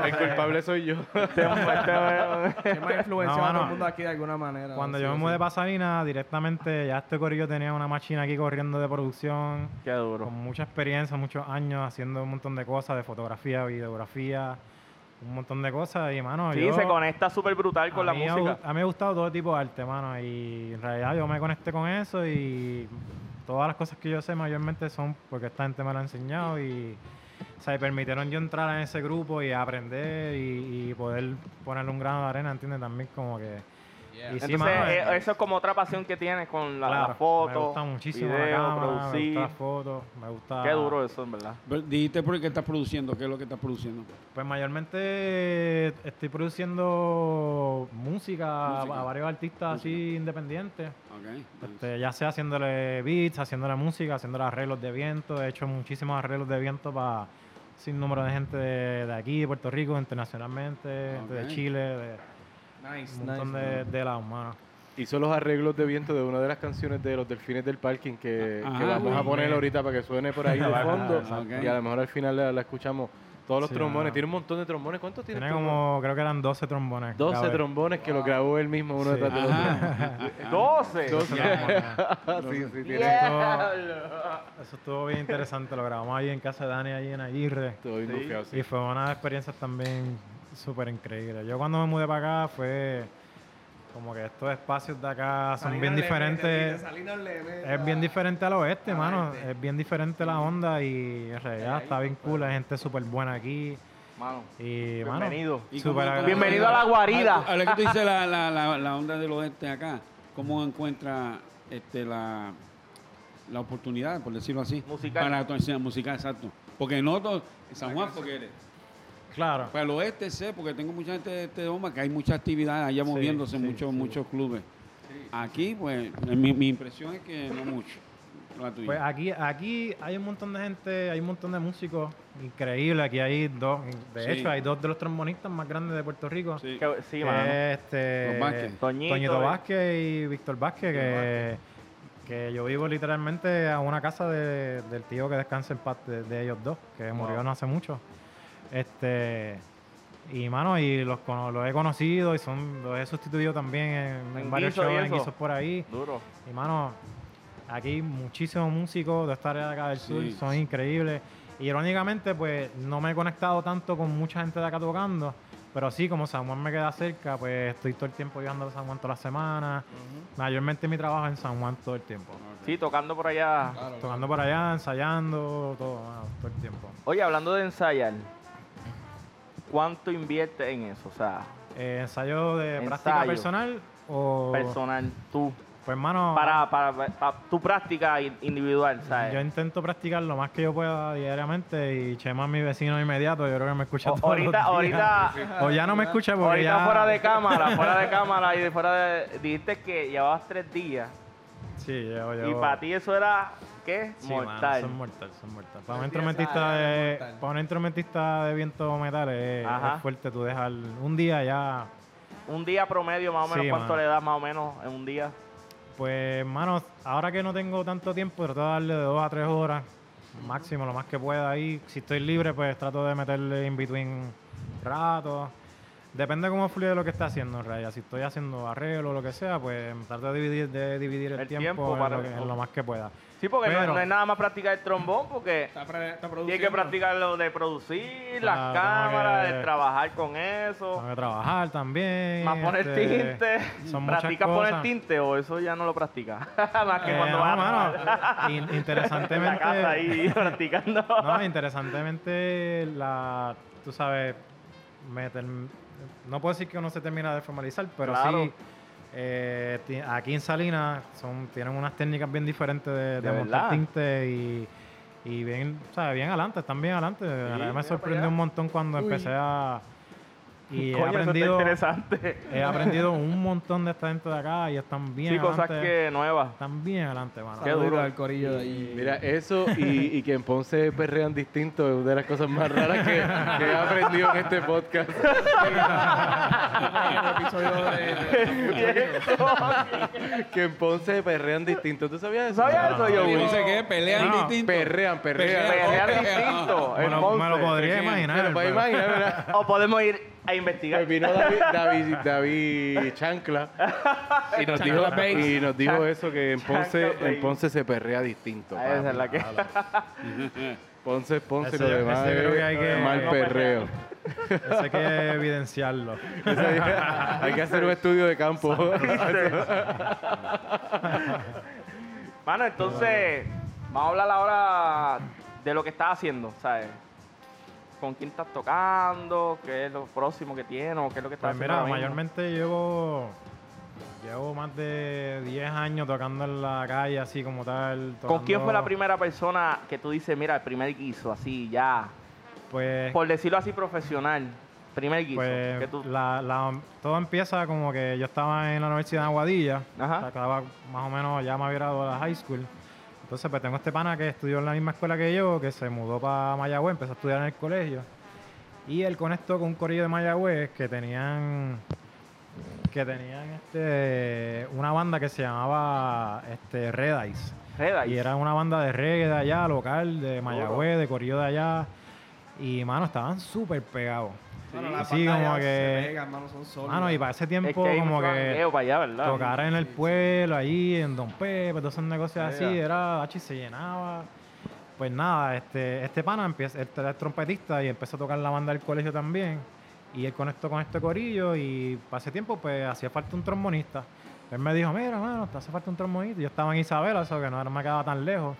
F: El culpable soy yo.
C: que-
G: Chema
E: No,
G: influenció a todo
E: mano.
G: el mundo aquí de alguna manera.
E: Cuando
G: sí
E: yo
G: o
E: me
G: sí.
E: mudé para Salinas, directamente ya este corillo tenía una máquina aquí corriendo de producción,
C: Qué duro.
E: con mucha experiencia, muchos años haciendo un montón de cosas, de fotografía, videografía, un montón de cosas. Y, mano,
C: Sí,
E: yo-
C: se conecta súper brutal con la
E: a mí me ha
C: música.
E: gu- a mí me ha gustado todo tipo de arte, mano. Y en realidad yo me conecté con eso y todas las cosas que yo sé mayormente son porque esta gente me lo ha enseñado y o sea, y permitieron yo entrar en ese grupo y aprender y, y poder ponerle un grano de arena, ¿entiendes? También como que...
G: Yeah.
E: Y sí,
C: Entonces,
E: mano,
C: eh,
E: eh,
C: eso es como otra pasión que tienes con la,
E: claro,
C: la foto,
E: Me gusta muchísimo la
C: video,
E: cámara, me
C: producir.
E: gusta las fotos, me gusta...
C: Qué duro eso, en verdad.
D: Pero Dijiste por qué estás produciendo, qué es lo que estás produciendo.
E: Pues mayormente estoy produciendo música, a-
D: Música.
E: a varios artistas así independientes.
D: Okay.
E: Este, ya sea haciéndole beats, haciéndole música, haciéndole arreglos de viento. He hecho muchísimos arreglos de viento para sin número de gente de, de aquí, de Puerto Rico, internacionalmente, gente
D: Ok.
E: de Chile, de
G: Nice,
E: un
G: nice.
E: montón de, de lados, mano.
F: Hizo los arreglos de viento de una de las canciones de los delfines del parking que,
D: Ah,
F: que vamos a
D: muy
F: poner
E: bien.
F: ahorita para que suene por ahí de fondo.
D: Ah, ok.
F: Y a lo mejor al final la, la escuchamos. Todos los
E: Sí,
F: trombones.
E: ajá.
F: Tiene un montón de trombones. ¿Cuántos tiene?
E: Tiene
F: el trombón?
E: como, creo que eran 12 trombones.
F: 12
E: cabe.
F: trombones que lo grabó él mismo uno
E: Sí.
F: detrás de
D: Ajá.
C: 12.
F: otro.
D: Doce.
F: sí, sí, tiene.
C: ¡Diablo!
E: Eso estuvo bien interesante, lo grabamos ahí en casa de Dani, ahí en Aguirre.
F: Estoy bufiado, sí.
E: Y fue una experiencia también súper increíble. Yo cuando me mudé para acá fue Como que estos espacios de acá son
G: Salinas
E: bien
G: le mete,
E: diferentes.
G: Salinas le mete
E: Es bien
G: a-
E: diferente al oeste,
G: al
E: mano.
G: oeste.
E: Es bien diferente la onda y en realidad
G: ahí
E: está bien cool. Hay gente súper buena aquí.
C: Mano.
E: Y, mano,
C: Bienvenido.
D: ¿Y cómo-
E: súper
D: cómo-
E: agradable.
C: Bienvenido a la guarida.
D: Ahora- Ahora que tú dices la, la, la, la onda del oeste acá, ¿cómo encuentra este, la, la oportunidad, por decirlo así?
C: Musical.
D: Para tu enseñanza musical, exacto. Porque nosotros, en San Juan, porque
E: Claro.
D: para el oeste sé, porque tengo mucha gente de este Oma, que hay mucha actividad allá moviéndose en
E: sí,
D: muchos,
E: sí.
D: muchos clubes. Aquí, pues, mi, mi impresión es que no mucho. La tuya.
E: Pues aquí, aquí hay un montón de gente, hay un montón de músicos increíbles. Aquí hay dos, de
D: Sí.
E: hecho, hay dos de los trombonistas más grandes de Puerto Rico.
D: Sí.
C: Que- sí,
E: que
C: mano.
E: es, este,
D: Los Vázquez.
C: Toñito,
E: Toñito,
C: eh.
E: Vázquez y Víctor Vázquez, que, que yo vivo literalmente a una casa de- del tío que descansa en paz de, de ellos dos, que murió no hace mucho. Este y mano, y los, cono- los he conocido y son, los he sustituido también en,
C: En
E: en varios
C: guiso y
E: shows, en
C: eso.
E: guisos por ahí.
C: Duro.
E: Y mano, aquí muchísimos músicos de esta área de acá del sur
D: Sí.
E: son increíbles. Irónicamente, pues no me he conectado tanto con mucha gente de acá tocando, pero sí, como San Juan me queda cerca, pues estoy todo el tiempo viajando a San Juan todas las semanas. Mayormente mi trabajo es en San Juan todo el tiempo.
C: Sí, tocando por allá.
E: Tocando por allá, ensayando, todo, mano, todo el tiempo.
C: Oye, hablando de ensayar, ¿cuánto inviertes en eso? O sea,
E: Eh, ensayo de práctica
C: Ensayo.
E: personal o...
C: personal, tú.
E: Pues mano,
C: Para, eh. para, para tu práctica i- individual, ¿sabes?
E: yo intento practicar lo más que yo pueda diariamente y Chema es mi vecino inmediato, yo creo que me escucha
C: O-
E: todos los
C: ahorita,
E: días.
C: ahorita,
E: O ya no me escucha porque
C: ahorita
E: ya...
C: fuera de cámara, fuera de cámara y de fuera de... Dijiste que llevabas tres días
E: Sí, llevo,
C: y
E: llevo-
C: para ti eso era, ¿qué?
E: Sí, mano,
C: Mortal.
E: son mortal, son mortal. Para un
G: Tres días,
E: instrumentista
G: ah, ya,
E: de...
G: mortal.
E: Para un instrumentista de viento metal es,
C: Ajá.
E: es fuerte tú dejar... Un día ya...
C: un día promedio, más o menos,
E: Sí,
C: ¿cuánto
E: mano.
C: le das más o menos en un día?
E: Pues, hermano, ahora que no tengo tanto tiempo, trato de darle de dos a tres horas, máximo, lo más que pueda ahí. Si estoy libre, pues trato de meterle in between ratos. Depende cómo fluye lo que está haciendo, en realidad. Si estoy haciendo arreglo o lo que sea, pues trato de dividir, de dividir el,
C: El
E: tiempo,
C: tiempo
E: en,
C: para-
E: lo que- en lo más que pueda.
C: Sí, porque no- no,
E: Pero-
C: es nada más practicar el trombón, porque
G: Está, pra- está produciendo.
C: tienes que practicar lo de producir, las
E: Claro,
C: cámaras,
E: tengo que-
C: de trabajar con eso,
E: Tengo que trabajar también.
C: más poner
E: este,
C: tinte.
E: son muchas
C: ¿Practicas poner
E: cosas.
C: tinte o eso ya no lo practicas? más que
E: Eh,
C: cuando
E: no,
C: vas a
E: mano, in-
C: en la
E: interesantemente...
C: casa ahí practicando.
E: No, interesantemente, la, tú sabes, me term- no puedo decir que uno se termina de formalizar, pero
C: Claro.
E: sí, eh, ti- aquí en Salinas son, tienen unas técnicas bien diferentes de,
C: ¿De
E: de
C: verdad?
E: montar tinte y, y bien, o sea, bien adelante, están bien adelante. La verdad me sorprendió un montón cuando empecé a... Y
C: Coño,
E: he
C: eso está
E: aprendido,
C: interesante.
E: he aprendido un montón de esta gente de acá y están bien
C: Sí, cosas
E: adelante.
C: que nuevas.
E: Están bien adelante, mano.
C: Qué
G: Saludos
C: duro.
G: al corillo de ahí.
F: Mira, eso y, y que en Ponce perrean distinto es una de las cosas más raras que, que he aprendido en este podcast.
G: el episodio de...
F: Que en Ponce perrean distinto. ¿Tú sabías eso?
C: ¿Sabías eso, yo, güey?
D: Dice que pelean
E: No,
D: distinto.
F: Perrean, perrean.
D: Perrean.
C: Pelear
D: ok,
C: distinto.
E: Me
C: en
E: lo, me lo
C: Ponce.
E: podría imaginar.
F: Pero para
E: pero-
F: imaginar, ¿verdad?
C: O podemos ir a
F: Pues
C: investigar.
F: vino David, David, David Chancla y nos dijo,
G: Chancla Bates.
F: y nos dijo eso, que en Ponce,
C: Chancla
F: en Ponce se perrea distinto.
C: Ah, esa es la
F: papi.
C: que...
F: Ponce es Ponce,
E: Ese
F: lo
E: yo-
F: demás
E: ese creo que hay
F: es
E: que-
F: mal perreo.
E: Eso hay que evidenciarlo.
F: hay que hacer un estudio de campo.
C: Mano, entonces, vamos a hablar ahora de lo que estás haciendo, ¿sabes? ¿Con quién estás tocando? ¿Qué es lo próximo que tienes? ¿O qué es lo que estás
E: Pues
C: haciendo?
E: mira,
C: ahora mismo?
E: mayormente llevo, llevo más de 10 años tocando en la calle, así como tal.
C: ¿Con quién fue la
E: tocando,
C: primera persona que tú dices, mira, el primer guiso, así, ya?
E: Pues,
C: Por decirlo así, profesional. Primer guiso. que tú-
E: pues la- la- todo empieza como que yo estaba en la Universidad de Aguadilla,
C: Ajá.
E: o sea, estaba más o menos, ya me había graduado de la high school. Entonces, pues tengo este pana que estudió en la misma escuela que yo, que se mudó para Mayagüez, empezó a estudiar en el colegio. Y él conectó con un corillo de Mayagüez que tenían que tenían este una banda que se llamaba este Red Eyes.
C: Red Eyes.
E: Y era una banda de reggae de allá, local, de Mayagüez, de corillo de allá. Y mano, estaban súper pegados.
G: Mano, las
E: Sí, como
G: pantallas
E: que-
G: se pegan, mano, son sólidas.
E: Mano, y para ese
C: Es
E: tiempo
C: que hay
E: como
C: mucho
E: que
C: jangueo para allá, ¿verdad?
E: tocar en el pueblo, allí, en Don Pepe, todos esos negocios así, era, hacho, y se llenaba. este Pues nada, este, este pana empieza, él era trompetista y empezó a tocar en la banda del colegio también. Y él conectó con este corillo y para ese tiempo pues hacía falta un trombonista. Él me dijo, mira, mano, te hace falta un trombonista. Yo estaba en Isabela, eso que no no me quedaba tan lejos.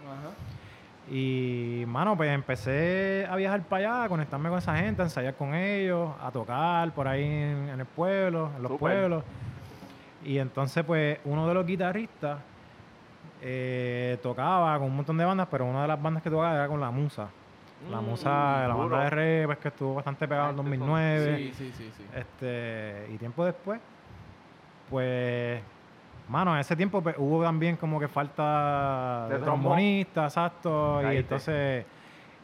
E: Y, mano, pues empecé a viajar para allá, a conectarme con esa gente, a ensayar con ellos, a tocar por ahí en, en el pueblo, en los
C: Súper.
E: pueblos. Y entonces, pues, uno de los guitarristas eh, tocaba con un montón de bandas, pero una de las bandas que tocaba era con La Musa. La
C: Mm,
E: Musa, la
C: duro.
E: banda de rey, pues, que estuvo bastante pegada en 2009
G: Sí, sí, sí, sí.
E: este y tiempo después pues mano en ese tiempo pues, hubo también como que falta
C: De
E: de,
C: trombón.
E: trombonista exacto y
C: Caíste.
E: entonces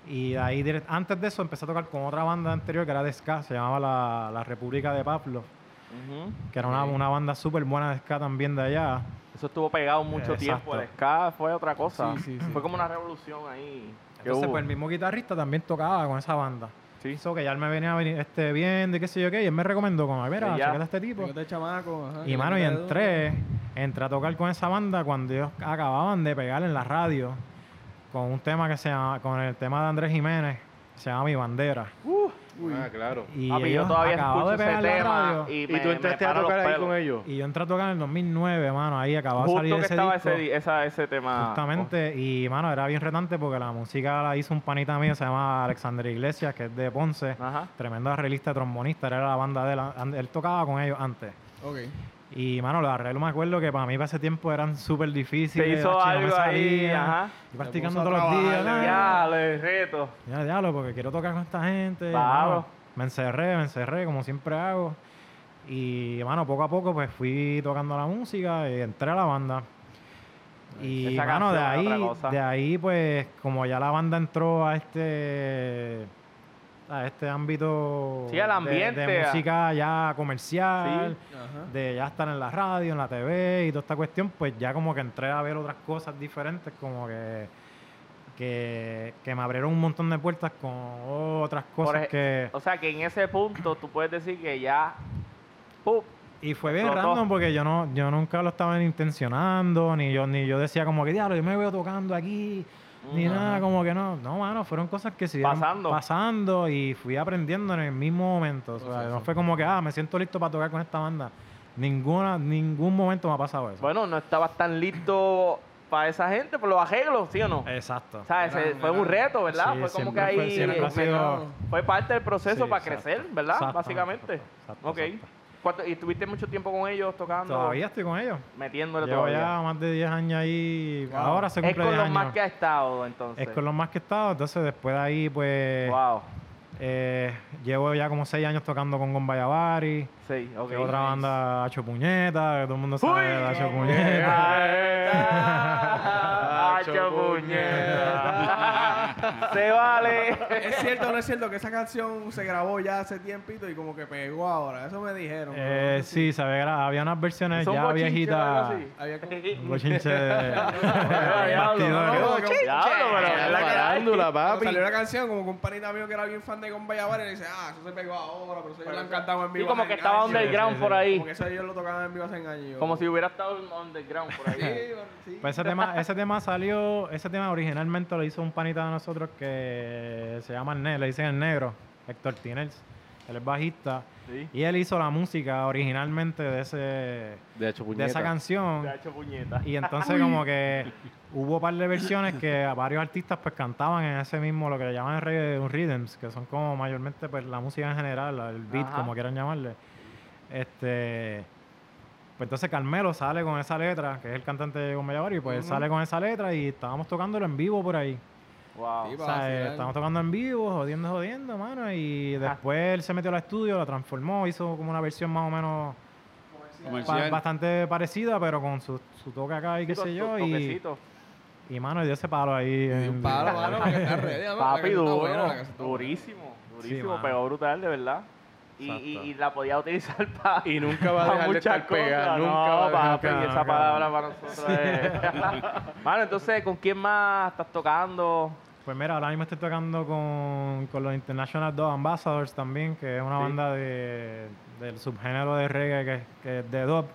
E: y de ahí direct- antes de eso empecé a tocar con otra banda anterior que era de ska se llamaba la, la República de Pablo
C: Ujú.
E: que era una, una banda súper buena de ska también de allá
C: Eso estuvo pegado mucho
E: Exacto.
C: tiempo. El ska fue otra cosa.
G: Sí, sí, sí.
C: Fue como una revolución ahí. que
E: entonces
C: hubo.
E: pues el mismo guitarrista también tocaba con esa banda
C: Sí.
E: eso que ya él me venía veni- este, viendo y qué sé yo qué y él me recomendó como
C: Ya.
E: mira chécate a este tipo
G: Tengo este chamaco. ajá,
E: Y
G: que
E: mano, y
G: le mete
E: entré, entré a tocar con esa banda cuando ellos acababan de pegar en la radio con un tema que se llama, con el tema de Andrés Jiménez, que se llama Mi Bandera.
F: Ah, claro.
E: Y
C: Papi, yo
E: ellos
C: todavía
E: acababan
C: escucho
E: de
C: ese
E: pegar en la
C: tema.
E: radio.
C: Y,
F: Y
C: me-
F: tú
C: me
F: entraste a
C: para los
F: tocar ahí
C: pelos.
F: con ellos.
E: Y yo entré a tocar en el 2009, mano, ahí acababa de
C: Justo
E: salir
C: que
E: ese
C: estaba
E: disco.
C: ese, Ah, di- esa- ese tema.
E: Justamente, y mano, era bien retante porque la música la hizo un panita mío, se llama Alexander Iglesias, que es de Ponce,
C: Ajá.
E: tremendo arreglista, trombonista, era la banda de él, an- él tocaba con ellos antes.
G: Ok.
E: Y, mano, los arreglos me acuerdo que para mí para ese tiempo eran súper
C: Se
E: difíciles.
C: hizo
E: hacho, no me
C: algo ahí.
E: salía.
C: Ajá.
E: Y practicando
G: puso a
E: todos los días.
G: trabajar,
E: Ya,
C: Ya, le reto.
E: ya, diablo, porque quiero tocar con esta gente.
C: Claro.
E: mano. Me encerré, me encerré, como siempre hago. Y, mano, poco a poco, pues fui tocando la música y entré a la banda. Y,
C: Esa
E: mano, de
C: canción es
E: ahí,
C: otra cosa.
E: de ahí, pues, como ya la banda entró a este a este ámbito
C: Sí, al
E: de- de,
C: ambiente, a-
E: música ya comercial
C: Sí.
G: Ajá.
E: de ya estar en la radio, en la TV y toda esta cuestión, pues ya como que entré a ver otras cosas diferentes, como que, que, que me abrieron un montón de puertas con otras cosas
C: ej-
E: que...
C: O sea, que en ese punto tú puedes decir que ya. ¡Pup!
E: Y fue bien
C: explotó.
E: random porque yo no yo nunca lo estaba ni intencionando, ni yo ni yo decía como que, diablo, yo me veo tocando aquí, ni
C: Ujú.
E: nada, como que no. No, mano, fueron cosas que se dieron
C: Pasando.
E: pasando y fui aprendiendo en el mismo momento. O sea, no fue como que, ah, me siento listo para tocar con esta banda. Ninguna, ningún momento me ha pasado eso.
C: Bueno, no estabas tan listo para esa gente, por los arreglos, ¿sí o no?
E: Exacto.
C: O sea, ese
G: Eran-
C: fue un
G: eran-
C: reto, ¿verdad?
E: Eh, Sí,
C: fue como que
E: siempre
C: ahí.
E: fue- siempre
C: eh,
E: ha sido-
C: Fue parte del proceso
E: Sí,
C: para
E: exacto.
C: crecer, ¿verdad?
E: Exacto,
C: Básicamente.
E: exacto, exacto,
C: ok.
E: exacto.
C: ¿Cuánto- ¿Y estuviste mucho tiempo con ellos tocando?
E: Todavía estoy con ellos.
C: Metiéndole
E: Llevo ya
C: todavía.
E: más de 10 años ahí.
G: Wow.
E: Ahora se
C: Es
E: cumple
C: con
E: 10
C: los
E: años.
C: más que ha estado, entonces.
E: Es con los más que he estado. Entonces, después de ahí, pues.
C: Wow.
E: eh, llevo ya como 6 años tocando con Gombayabari.
C: Sí, ok.
E: que otra banda, Hacho Puñeta. Que todo el mundo
C: ¡Uy!
E: sabe de Hacho Puñeta.
C: ¡Hacho Ah, puñeta! ¡Se vale!
G: Es cierto o no es cierto que esa canción se grabó ya hace tiempito y como que pegó ahora. Eso me dijeron. pero no
E: Eh,
G: sé si
E: sí, sabía que había unas versiones
C: ¿Son
E: ya
C: bochinches o
E: viejitas.
C: algo así?
G: Había como...
E: Un Bochinche de.
C: Diablo,
E: bastidores.
G: no, no,
C: Diablo, pero es la
F: Parándula,
G: Cuando
F: papi.
G: salió la canción, como que un panita mío que era bien fan de Gombayabara y le dice, ah, eso se pegó ahora, pero eso ya lo han cantado en
C: Y
G: vivo.
C: como
G: hace
C: que estaba
G: años".
C: underground por
G: Como que
C: ahí.
G: eso ellos lo tocaban en vivo hace años. Yo,
C: Como si hubiera estado underground por
G: Sí,
C: ahí.
G: bueno, sí.
E: Pues ese tema, ese tema salió, ese tema originalmente lo hizo un panita de nosotros que se llama el Ne- le dicen el negro, Héctor Tinels. Él es bajista.
C: Sí.
E: Y él hizo la música originalmente de ese de
F: De hecho, puñeta.
E: esa canción.
C: Se ha hecho puñeta.
E: Y entonces como que hubo un par de versiones que a varios artistas pues cantaban en ese mismo, lo que le llaman el reggae- un rhythms, que son como mayormente pues la música en general, el beat,
C: Ajá.
E: como quieran llamarle. Este pues entonces Carmelo sale con esa letra, que es el cantante de Gombellavari, pues él sale con esa letra y estábamos tocándolo en vivo por ahí.
C: Wow.
G: Sí,
E: O
G: pa'
E: sea,
G: vacilar.
E: eh, estábamos tocando en vivo, jodiendo, jodiendo, mano. Y
G: Ah.
E: después él se metió al estudio, la transformó, hizo como una versión más o menos pa-
D: Comercial.
E: bastante parecida, pero con su, su toque acá y qué sé yo. Y,
C: Toquecito.
E: y mano, y dio ese palo ahí.
G: Y un
E: en-
G: palo, palo, porque está ready, ¿no? La
C: Papi,
G: canción está
C: duro,
G: buena, la canción está buena.
C: durísimo, durísimo,
E: mano.
C: pegó brutal, de verdad. Y, y, y la podía utilizar para
F: Y nunca va a dejar de estar pegada. Nunca
C: no,
F: va a dejar
C: papi,
F: de
C: esa palabra para nosotros es... Mano, entonces, ¿con quién más estás tocando?
E: Pues mira, ahora mismo estoy tocando con, con los International Dog Ambassadors también, que es una
C: Sí.
E: banda de, del subgénero de reggae que, que es de dub.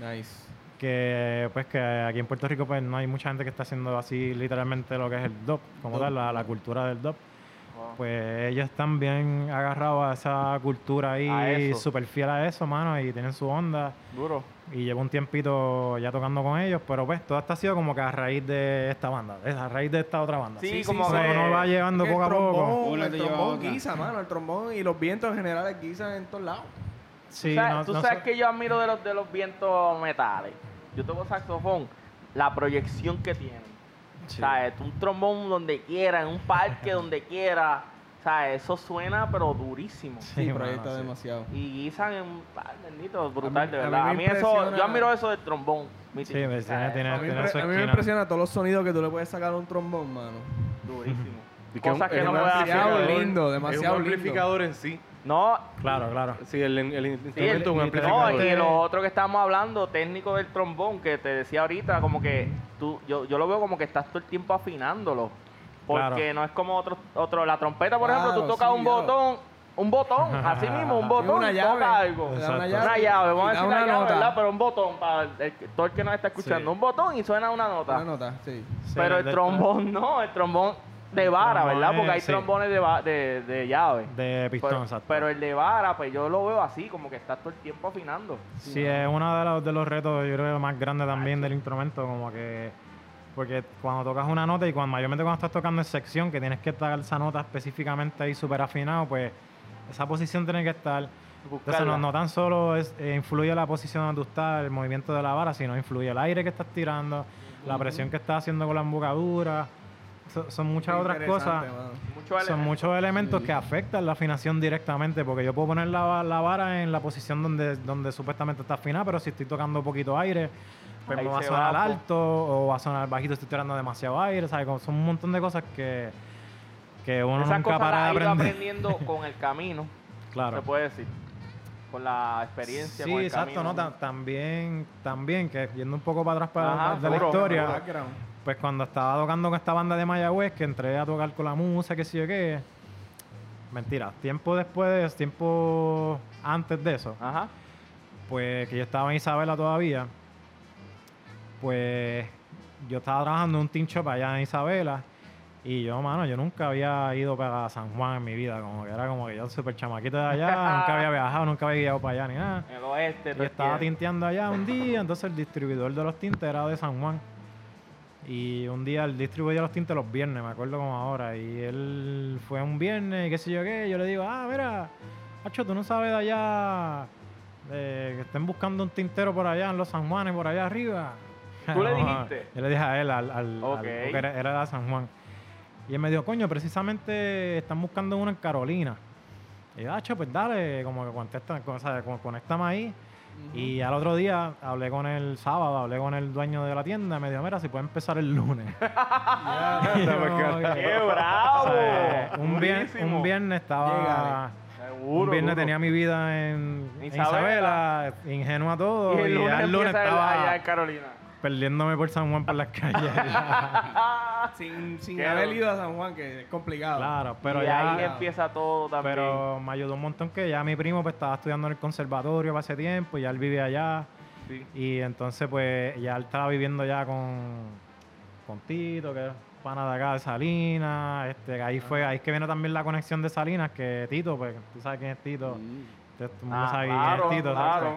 G: Nice.
E: que pues que aquí en Puerto Rico pues no hay mucha gente que está haciendo así literalmente lo que es el dub como
G: Dub.
E: tal la, la cultura del dub pues ellos están bien agarrados a esa cultura
C: A
E: ahí,
C: eso.
E: súper fiel a eso, mano, y tienen su onda.
C: Duro.
E: Y llevo un tiempito ya tocando con ellos, pero pues todo esto ha sido como que a raíz de esta banda, de- a raíz de esta otra banda.
C: Sí,
G: sí,
C: como
E: O
G: sí,
C: que...
E: sea, uno va llevando
G: Porque
E: poco a
G: el
E: poco.
G: trombón,
D: Una
G: el
D: te lleva a
G: trombón
D: otra.
G: guisa, mano. El trombón y los vientos en general guisan en todos lados.
E: Sí,
C: ¿Sabes-
E: no-
C: tú
E: no
C: sabes
E: sé-
C: que yo admiro de los, de los vientos metales. Yo toco saxofón, la proyección que tienen. ¿Sabes? Tú Un trombón donde quiera, en un parque donde quiera. ¿Sabes? Eso suena, pero durísimo.
E: Sí,
G: Sí,
E: mano,
G: proyecta
E: sí.
G: demasiado.
C: Y guisan en un par, bendito, brutal, de
G: a mí
C: verdad.
G: me
C: A mí, eso, yo
G: impresiona-
C: admiro eso del trombón. mi
E: Sí,
C: tío.
E: me-
C: O sea,
E: tiene-
G: A
C: eso
G: mí,
E: tiene-
G: impre-
E: su
G: a mí me
E: esquina.
G: impresiona todos los sonidos que tú le puedes sacar a un trombón, mano.
C: es Durísimo.
F: Y que
C: Cosas
F: es
C: que no
F: un
C: puede
G: demasiado
C: hacer.
F: amplificador,
G: lindo,
F: Es
G: demasiado
F: un
G: lindo.
F: amplificador en sí.
C: No,
E: Claro, claro.
F: Sí, el, el
C: Sí, el-
F: instrumento es un
E: no,
F: amplificador.
C: No, y lo otro que estábamos hablando, técnico del trombón, que te decía ahorita, como que tú, yo, yo lo veo como que estás todo el tiempo afinándolo. Porque
E: Claro.
C: no es como otro, otro, la trompeta, por ejemplo, tú
G: Claro,
C: tocas
G: sí,
C: un
G: ya.
C: botón, un botón, así mismo, un botón,
G: una
C: toca
G: llave.
C: algo.
G: Le da
E: Exacto.
G: Una llave,
C: Una llave, vamos a
G: y da
C: decir una
G: una
C: llave,
G: nota.
C: ¿verdad? Pero un botón, para el, que- todo el que nos está escuchando,
E: Sí.
C: un botón y suena una nota.
G: Una nota, sí.
E: Sí,
C: Pero el
E: de-
C: trombón no, el trombón de
E: El
C: vara,
E: trombón
C: ¿verdad? Porque
E: es-
C: hay
E: sí.
C: trombones de, va- de, de llave.
E: De pistón,
C: pero,
E: exacto.
C: pero el de vara, pues yo lo veo así, como que estás todo el tiempo afinando.
E: Sí, es uno de los, de los retos, yo creo, más grandes también del instrumento, como que... Porque cuando tocas una nota y cuando mayormente cuando estás tocando en sección, que tienes que tocar esa nota específicamente ahí súper afinado, pues esa posición tiene que estar... Entonces
C: Buscarla.
E: no, no tan solo es, eh, influye la posición donde tú estás, el movimiento de la vara, sino influye el aire que estás tirando, la presión que estás haciendo con la embocadura. So- son muchas otras cosas.
G: Interesante, mano.
C: Mucho
E: Son
C: elemento.
E: muchos elementos que afectan la afinación directamente, porque yo puedo poner la, la vara en la posición donde, donde supuestamente está afinada, pero si estoy tocando poquito aire, pues
C: Ahí
E: me va a
C: se
E: sonar
C: va, po.
E: alto o va a sonar bajito si estoy tirando demasiado aire, ¿sabes? Como son un montón de cosas que, que uno
C: Esas
E: nunca
C: cosas
E: para de
C: las he ido
E: aprender.
C: aprendiendo con el camino, se
E: Claro.
C: puede decir. Con la experiencia,
E: Sí,
C: con el
E: exacto,
C: camino.
E: no, Ta- también, también, que yendo un poco para atrás para
C: Ajá,
E: de la
C: seguro.
E: historia.
G: Background.
E: pues cuando estaba tocando con esta banda de Mayagüez, que entré a tocar con la música, que sé yo qué. Mentira, tiempo después de eso, tiempo antes de eso,
C: Ajá.
E: pues que yo estaba en Isabela todavía, pues yo estaba trabajando en un team shop allá en Isabela y yo, mano, yo nunca había ido para San Juan en mi vida, como que era como que yo súper chamaquito de allá, nunca había viajado, nunca había ido para allá ni nada.
C: En el oeste.
E: Yo
C: te
E: estaba
C: entiendo.
E: tinteando allá un día, entonces el distribuidor de los tintes era de San Juan. Y un día el distribuidor de los tintes los viernes, me acuerdo como ahora. Y él fue un viernes y qué sé yo qué. Yo le digo, ah, mira, Hacho, tú no sabes de allá eh, que estén buscando un tintero por allá en los San Juanes, por allá arriba.
C: ¿Tú le
E: No,
C: dijiste?
E: Yo le dije a él, al, al- al-
C: Ok.
E: porque era, era de San Juan. Y él me dijo, coño, precisamente están buscando uno en Carolina. Y yo, Hacho, pues dale, como que contesta, o sea, como conéctame ahí. Y al otro día hablé con el sábado, hablé con el dueño de la tienda, me dijo, mira, si puede empezar el lunes. Y yo, ok.
C: ¡Qué
E: O sea,
C: bravo!
E: un, vier-
C: Buenísimo.
E: un viernes estaba...
C: Seguro,
E: Un viernes
C: duro.
E: tenía mi vida en en
C: Isabela.
E: Isabela, ingenua todo,
C: Y el lunes,
E: ya el lunes
C: empieza el- allá
E: estaba
C: en Carolina.
E: perdiéndome por San Juan por las calles.
G: Sin, sin
C: Qué
G: haber
C: bueno.
G: ido a San Juan, que es complicado.
E: claro, pero
C: y
E: ya...
C: ahí empieza todo también.
E: Pero me ayudó un montón que ya mi primo pues, estaba estudiando en el conservatorio para ese tiempo, ya él vive allá.
C: Sí.
E: Y entonces, pues, ya él estaba viviendo ya con, con Tito, que es pana de acá de Salinas. Este, ahí fue,
C: Ah.
E: ahí es que viene también la conexión de Salinas, que Tito, pues, tú sabes quién es Tito. Este,
D: Mm.
E: Entonces, Tú no
C: Ah,
E: sabes
C: claro,
E: quién es Tito, ¿sabes?
C: claro.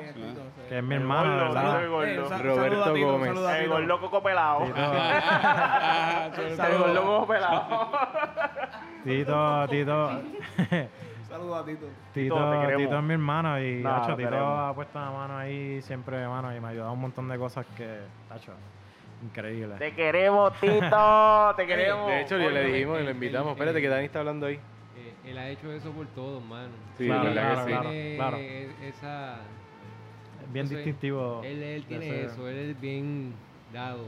E: que es mi
C: El
E: hermano,
C: gordo,
E: ¿verdad?
C: el
G: Eh,
C: gordo.
F: Roberto Gómez.
C: El gordo coco pelado.
D: Ah,
C: El gordo coco pelado.
E: Tito, Tito,
G: Saludos a Tito.
C: te
E: Tito,
C: queremos.
E: Tito es mi hermano y
C: Nah,
E: tacho,
C: lo
E: Tito
C: queremos.
E: ha puesto la mano ahí siempre de mano y me ha ayudado un montón de cosas que, tacho, increíble.
C: Te queremos, Tito. Te queremos.
F: De hecho, le
A: Oye,
F: dijimos y
A: el-
F: lo invitamos.
A: el-
F: Espérate, que Dani está hablando ahí.
A: Eh, él ha hecho eso por todos, mano.
F: Sí,
E: Claro,
F: verdad que
E: claro,
F: sí.
E: claro.
A: Tiene e- Esa,
E: Bien
A: yo soy-
E: distintivo.
A: él, él tiene
E: Oh, ese-
A: eso, él es bien dado.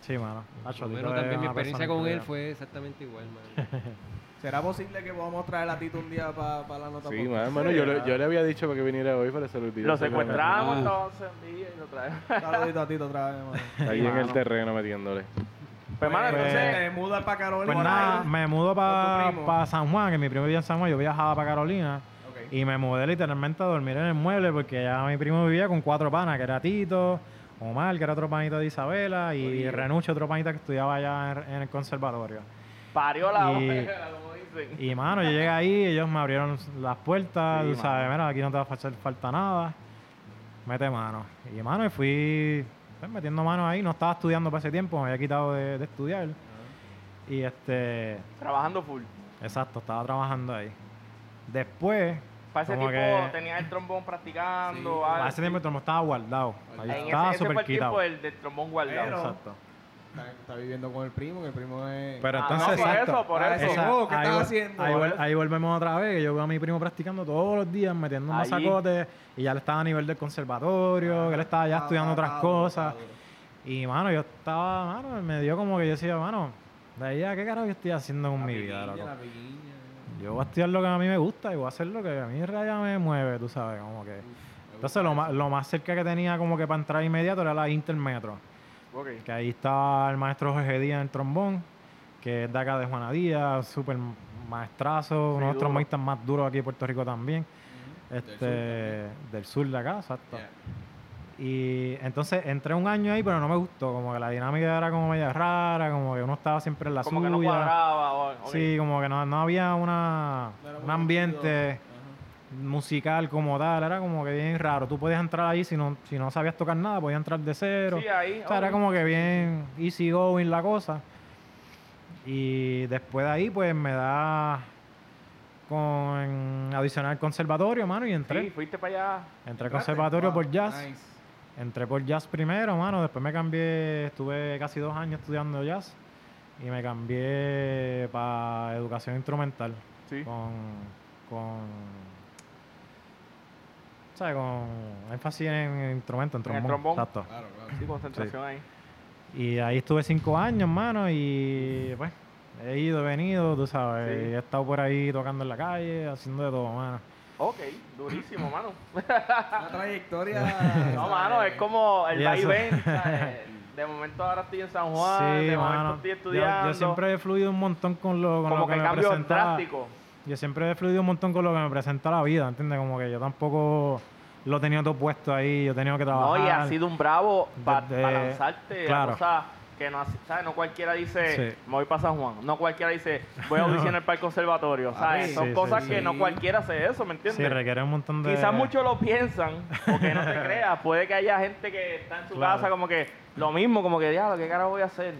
E: Sí, mano. Tacho,
A: Por lo
E: Tito
A: menos
E: es
A: también mi
E: una
A: experiencia
E: persona
A: con él
E: increíble.
A: fue exactamente igual, mano.
G: ¿Será posible que podamos traer a Tito un día para la nota?
F: Sí,
G: podcast?
F: mano, hermano, yo, le- yo le había dicho para que viniera hoy, para se lo olvidó.
C: Lo secuestramos
D: Ah.
C: entonces un día y lo traemos.
G: Saludito a Tito otra vez, mano.
F: Ahí en el terreno metiéndole.
C: Pues, mano,
G: Pues,
C: entonces,
G: te mudas para Carolina.
E: Pues nada, me mudo
G: Con
E: para
G: tu primo.
E: San Juan, que mi primo vivía en San Juan, yo viajaba para Carolina.
G: Ok.
E: Y me mudé literalmente a dormir en el mueble porque ya mi primo vivía con cuatro panas, que era Tito, Omar, que era otro panito de Isabela, y Renucho, otro panita que estudiaba allá en, en el conservatorio.
C: Parió la eh,
E: Y-
C: mujer, como dicen. dicen.
E: Y mano, yo llegué ahí, ellos me abrieron las puertas,
D: Sí,
E: tú sabes, mira, aquí no te va a hacer falta nada. Mete mano. Y mano, y fui pues, metiendo mano ahí, no estaba estudiando para ese tiempo, me había quitado de, de estudiar. Y este,
C: Trabajando full.
E: exacto, estaba trabajando ahí. Después,
C: Para ese
E: Como
C: tipo
E: que-
C: tenía el trombón practicando.
F: Sí.
C: algo
E: a ese tiempo el trombón estaba guardado.
C: así.
E: Ahí
C: Ah, En ese-
E: estaba
C: ese fue
E: súper
C: el tiempo
E: quitado.
C: del, del trombón guardado.
G: Pero-
E: Exacto.
F: Está, está viviendo con el primo, que el primo es...
E: Pero
C: Ah, no,
E: entonces,
C: por
E: exacto.
C: eso, por
F: Ah,
C: eso.
E: Esa-
G: Oh, ¿qué
E: ahí,
G: estás
E: vol-
G: haciendo?
E: ahí vol- ahí volvemos otra vez. que Yo veo a mi primo practicando todos los días, metiendo unos
C: Allí.
E: sacotes. Y ya él estaba a nivel del conservatorio, que él estaba ya
G: Ah,
E: estudiando
G: ah,
E: otras
G: ah,
E: cosas.
G: ah, ah,
E: Y, mano, yo estaba, mano, me dio como que yo decía, mano, de ahí a qué carajo yo estoy haciendo con mi vida, loco.
F: La pequeña.
E: Yo voy a estudiar lo que a mí me gusta y voy a hacer lo que a mí en realidad me mueve, tú sabes, como que. Entonces, lo más, lo más cerca que tenía como que para entrar inmediato era la Intermetro.
C: Ok.
E: Que ahí está el maestro Jorge Díaz en el trombón, que es de acá de Juana Díaz, súper maestrazo, uno de los
C: duro.
E: trombonistas más duros aquí en Puerto Rico también.
F: sur
E: Este, del,
F: también.
E: sur de acá, exacto.
F: Ya.
E: Y entonces entré un año ahí, pero no me gustó, como que la dinámica era como media rara, como que uno estaba siempre en la
C: Como
E: suya.
C: que no cuadraba. o- ok.
E: Sí, como que no, no había una,
G: No era muy
E: un ambiente
G: Ajá.
E: musical como tal, era como que bien raro. Tú podías entrar ahí si no, si no sabías tocar nada, podías entrar de cero.
C: Sí, ahí.
E: O sea, era
C: ok.
E: como que bien easy going la cosa. Y después de ahí, pues me da con adicional conservatorio, mano, y
C: Sí,
E: entré.
C: fuiste para allá.
E: entré al conservatorio por jazz.
G: Nice.
E: Entré por jazz primero, mano. Después me cambié, estuve casi dos años estudiando jazz. Y me cambié para educación instrumental
C: Sí.
E: con. con ¿Sabes? Con énfasis en instrumento, en
C: En el
E: trombón.
C: trombón.
E: Exacto.
F: Claro, claro.
C: Sí, concentración ahí.
E: Y ahí estuve cinco años, mano, y pues he ido, he venido, tú sabes.
C: Sí.
E: He estado por ahí tocando en la calle, haciendo de todo, mano.
C: Ok, durísimo, mano.
G: Una trayectoria.
C: No,
G: ¿sabes?
C: mano, es como el
E: Y
C: va y
E: eso.
C: ven. ¿sabes? De momento ahora estoy en San Juan, de momento estoy
E: Yo,
C: estudiando.
E: yo siempre he fluido un montón con lo, con
C: como
E: lo que,
C: que
E: me
C: cambio
E: presenta.
C: drástico.
E: Yo siempre he fluido un montón con lo que me presenta la vida, ¿entiendes? Como que yo tampoco lo he tenido todo puesto ahí, yo he tenido que
C: No,
E: trabajar.
C: y ha sido un bravo para
E: Desde-
C: lanzarte
E: claro.
C: a cosas que no, hace- ¿sabes? no cualquiera dice,
E: Sí.
C: me voy para San Juan. No cualquiera dice, voy a audicionar para el conservatorio. ¿sabes?
G: Sí,
C: Son
E: Ah, sí,
C: cosas
G: sí.
C: que no cualquiera hace eso, ¿me
E: Sí,
C: entiendes?
E: requiere un montón de.
C: Quizás muchos lo piensan, porque no te creas. Puede que haya gente que está en su
E: Claro.
C: casa como que lo mismo, como que, diablo, ¿qué cara voy a hacer?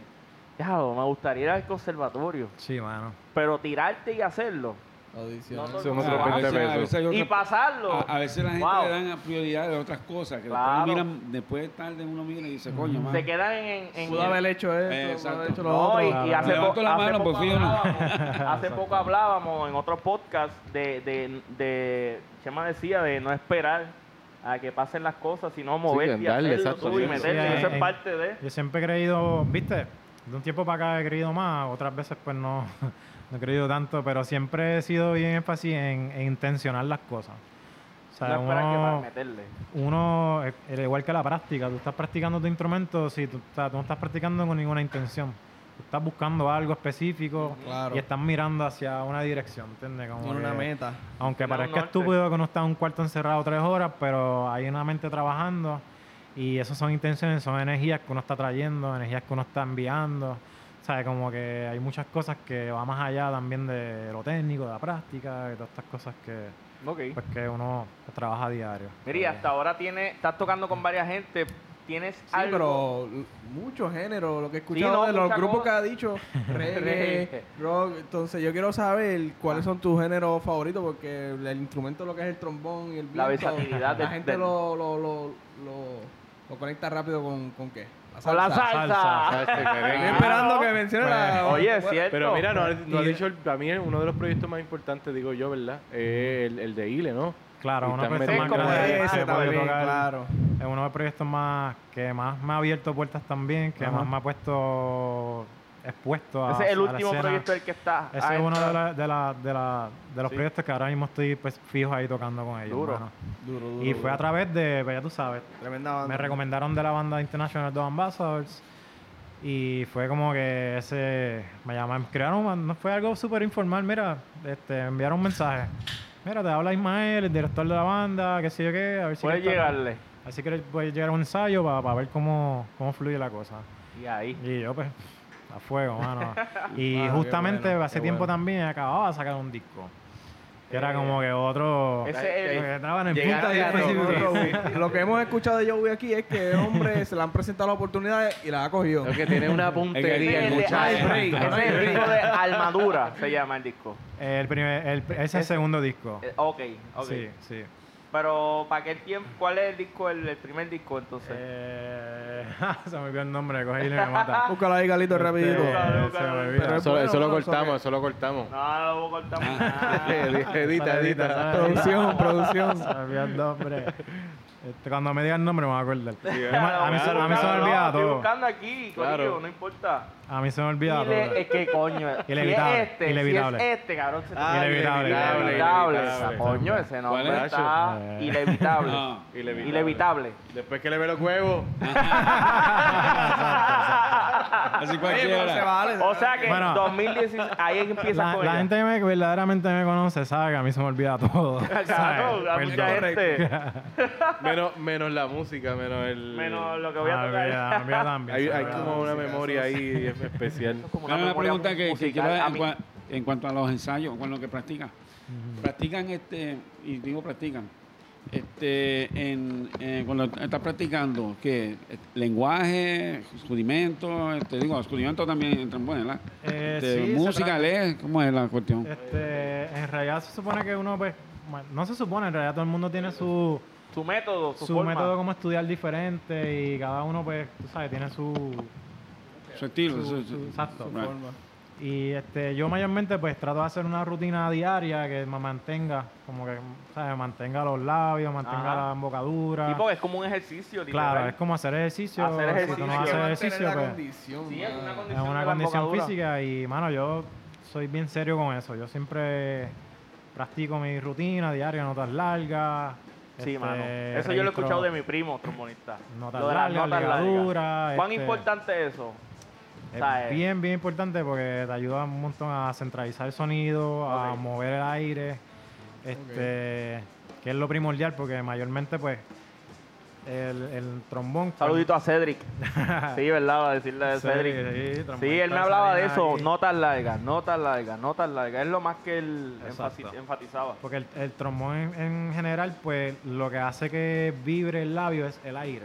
C: Diablo, me gustaría ir al conservatorio.
E: Sí, mano.
C: Pero tirarte y hacerlo.
G: Audición.
C: No, no,
F: Somos
C: Otro
D: A veces-
F: 20
D: ah, a
F: pesos.
D: veces hay
C: Y
D: otra-
C: pasarlo.
D: A, a veces la gente
C: Wow.
D: le dan a prioridad de otras cosas, que
C: Claro.
D: después, miran, después de tarde uno mira y dice, coño, mano. Eh,
C: Se quedan en... en-
G: Pudo haber hecho esto, pudo
D: Exacto.
G: haber hecho lo
C: No,
G: otro.
C: y, y
E: Claro.
C: hace,
D: Levanto
C: po-
D: la
C: hace
D: mano,
C: poco
D: por fin, ¿o no?
C: hablábamos, hace poco hablábamos en otro podcast de, de, de Chema decía de no esperar a que pasen las cosas, sino moverte y
F: darle,
C: hacerlo
F: exacto,
C: tú y
F: sí,
E: sí.
C: meterle.
E: Sí,
C: Eso es
E: en-
C: parte de...
E: Yo siempre he creído, viste, de un tiempo para acá he creído más, otras veces pues no, no he creído tanto, pero siempre he sido bien énfasis en, en intencionar las cosas. O sea,
C: No esperar que para
E: uno,
C: meterle.
E: uno, eh, eh, igual que la práctica, tú estás practicando tu instrumento, si tú, o sea, tú no estás practicando con ninguna intención, tú estás buscando algo específico
G: Claro.
E: y estás mirando hacia una dirección, ¿entiendes? Como
G: Tiene una
E: que-
G: meta.
E: aunque
C: Tener un
E: parezca
C: norte.
E: estúpido que uno está en un cuarto encerrado tres horas, pero hay una mente trabajando y esas son intenciones, son energías que uno está trayendo, energías que uno está enviando. ¿Sabes? Como que hay muchas cosas que va más allá también de lo técnico, de la práctica, de todas estas cosas que,
C: Ok.
E: pues, que uno trabaja a diario.
C: Mira, y hasta ahora tiene, estás tocando con varias gente. Tienes
G: Sí,
C: algo...
G: pero l- mucho género, lo que he escuchado
C: no,
G: de los
C: mucha
G: grupos
C: cosa.
G: que ha dicho, reggae,
C: Reggae. Ah.
G: rock, entonces yo quiero saber cuáles son tus géneros favoritos, porque el instrumento, lo que es el trombón y el viento,
C: La versatilidad
G: la
C: del-
G: gente
C: del-
G: lo, lo, lo, lo, lo conecta rápido con, con qué, la
C: Con la salsa.
E: Salsa,
G: Estoy
C: Ah,
G: esperando que mencione la...
C: Oye, es cierto.
F: Pero mira, no, ha- no ha
E: Y-
F: dicho, el- para mí uno de los proyectos más importantes, digo yo, ¿verdad? Es el, el de Ile, ¿no?
E: Claro,
F: Y
E: una
F: también-
E: persona
C: Sí,
E: más
C: como
E: grande
C: de-
E: que
G: ese
E: se puede
G: pues, también,
E: tocar.
G: claro.
E: Es uno de los proyectos más que más me ha abierto puertas también, que
G: Ajá.
E: más me ha puesto expuesto a
C: Ese es el
E: a la
C: último
E: escena.
C: proyecto del que estás.
E: Ese
C: Ah,
E: es uno
C: está.
E: de, la- de, la- de la- de los
C: Sí.
E: proyectos que ahora mismo estoy pues, fijo ahí tocando con ellos.
C: Duro.
E: mano.
G: Duro, duro,
E: Y fue a
G: duro.
E: través de, pues, ya tú sabes,
G: Tremenda banda.
E: me recomendaron de la banda International Dog Ambassadors. Y fé como que ese. Me llamaron, me crearon, no fue algo súper informal. Mira, este, me enviaron un mensaje. Mira, te habla Ismael, el director de la banda, qué sé yo qué. A ver si
C: Puedes
E: quieres tocar".
C: llegarle.
E: Así que voy a llegar a un ensayo para ver cómo, cómo fluye la cosa.
C: Y ahí.
E: Y yo, pues, A fuego, mano. Y
F: Mano, qué
E: justamente
F: bueno,
E: hace
F: qué
E: tiempo
F: bueno.
E: también acababa de sacar un disco. Que era
C: Eh,
E: como que otro.
C: ese
E: que
C: es el-
E: entraban en
F: llegaste
E: punta y
F: a
E: después
F: todo,
E: sí-
G: Joey. Lo que hemos escuchado de Joey aquí es que el hombre se le han presentado las oportunidades y las ha cogido.
F: Lo que tiene una puntería
C: Ese
F: el
C: es el de-
F: muchacho.
C: ah, el-
G: Break,
C: ese es el
G: break.
C: disco de Armadura, se llama el disco.
E: El primer, el- ese es el segundo disco.
C: Eh, ok, ok.
E: Sí, sí.
C: Pero, ¿para qué tiempo? ¿Cuál es el disco, el, el primer disco entonces?
E: Eh, se me olvidó el nombre, cogí y me mata.
G: Búscalo ahí, Galito,
E: Este,
G: rapidito.
C: Búscalo,
E: se me
C: búscalo.
E: olvida.
G: Pero es
F: Eso,
G: bueno,
F: eso lo
G: bueno, eso
F: cortamos,
G: que-
F: eso lo cortamos.
C: No, no lo cortamos nada.
F: edita, edita.
G: Producción, producción.
E: Se me olvidó el nombre. Este, cuando me diga el nombre me voy a acordar. Yo me- a, mí, se- a mí se me
C: Claro, no,
E: olvida
C: Estoy
E: todo.
C: buscando aquí,
F: Claro.
C: corillo, no importa.
E: A mí se me olvida
C: Ile-
E: todo.
C: Es que coño. Si es
E: Inevitable,
C: este,
E: inevitable.
C: si es este, cabrón. se-
E: Ah, Inevitable,
C: inevitable.
F: inevitable.
C: Coño, ese
D: ¿Cuál
C: nombre
D: es?
C: está
E: Eh.
C: inevitable.
D: No.
F: Inevitable.
C: Inevitable.
F: Después que le ve los huevos.
D: Así
G: Oye, pero se
D: cualquiera.
G: vale. se
C: O
G: vale.
C: sea que
E: Pues, Bueno.
C: 2016, ahí es que empieza
E: La,
C: con
E: la
C: ella.
E: gente que me- verdaderamente me conoce sabe que a mí se me olvida todo.
C: Claro,
E: ¿sabes?
C: la
E: Perdón.
C: mucha gente.
F: Menos, menos la música, menos el.
C: Menos lo que voy a
E: Ah,
C: tocar.
E: mira, me olvida también,
F: Hay,
E: se me
F: hay
E: olvida
F: como
E: también.
F: una memoria ahí especial.
C: Como
D: Bueno, una
C: memoria
D: pregunta que- que,
C: musical.
D: quiero
C: A
D: en,
C: mí-
D: cua- en cuanto a los ensayos, con lo que practican. Practican, este, y digo practican, este, en, eh, cuando estás practicando, que lenguaje, rudimentos, este, digo, los rudimentos también entran buenos, ¿verdad?
E: Eh,
D: Este,
E: sí, se
D: música,
E: trata-
D: leer, ¿cómo es la cuestión?
E: Este, en realidad se supone que uno, pues, bueno, no se supone, en realidad todo el mundo tiene su,
C: Su método, su,
E: su
C: forma.
E: método como estudiar diferente y cada uno, pues, tú sabes, tiene su...
D: Su estilo,
E: su-
D: su-
E: su-
D: su-
E: exacto.
D: right.
E: Y este, yo mayormente, pues, trato de hacer una rutina diaria que me mantenga, como que, ¿sabes? Mantenga los labios, mantenga
C: Ajá.
E: la embocadura.
C: Sí, porque es como un ejercicio, literal.
E: claro, es como hacer ejercicio.
C: Hacer
E: Si tú
C: ejercicio.
E: no
C: Hay
E: haces
C: que
E: ejercicio,
G: Mantener la
E: pues,
G: condición,
C: Sí, es una
G: mano.
E: es
C: condición, de
E: una
C: la
E: condición
C: embocadura.
E: física y, mano, yo soy bien serio con eso. Yo siempre practico mi rutina diaria, notas largas.
C: Sí,
E: este,
C: mano. Eso yo lo he
E: registro-
C: escuchado de mi primo, trombonista.
E: Notas
C: Lo de las
E: largas,
C: notas largas.
E: ligaduras,
C: ¿Cuán
E: este-
C: importante es eso?
E: Es
C: sea, eh.
E: bien, bien importante porque te ayuda un montón a centralizar el sonido, a
C: Ok.
E: mover el aire, este, que es lo primordial porque mayormente pues el, el trombón... pues,
C: Saludito a Cedric. sí, ¿verdad? Va a decirle a
E: Sí,
C: Cedric.
E: sí,
C: Sí,
E: trombonista
C: él me hablaba de
E: Salinas
C: eso.
E: ahí.
C: Notas largas, notas largas, notas largas. Es lo más que él
E: Exacto.
C: enfasi- enfatizaba.
E: Porque el, el trombón en, en general pues lo que hace que vibre el labio es el aire.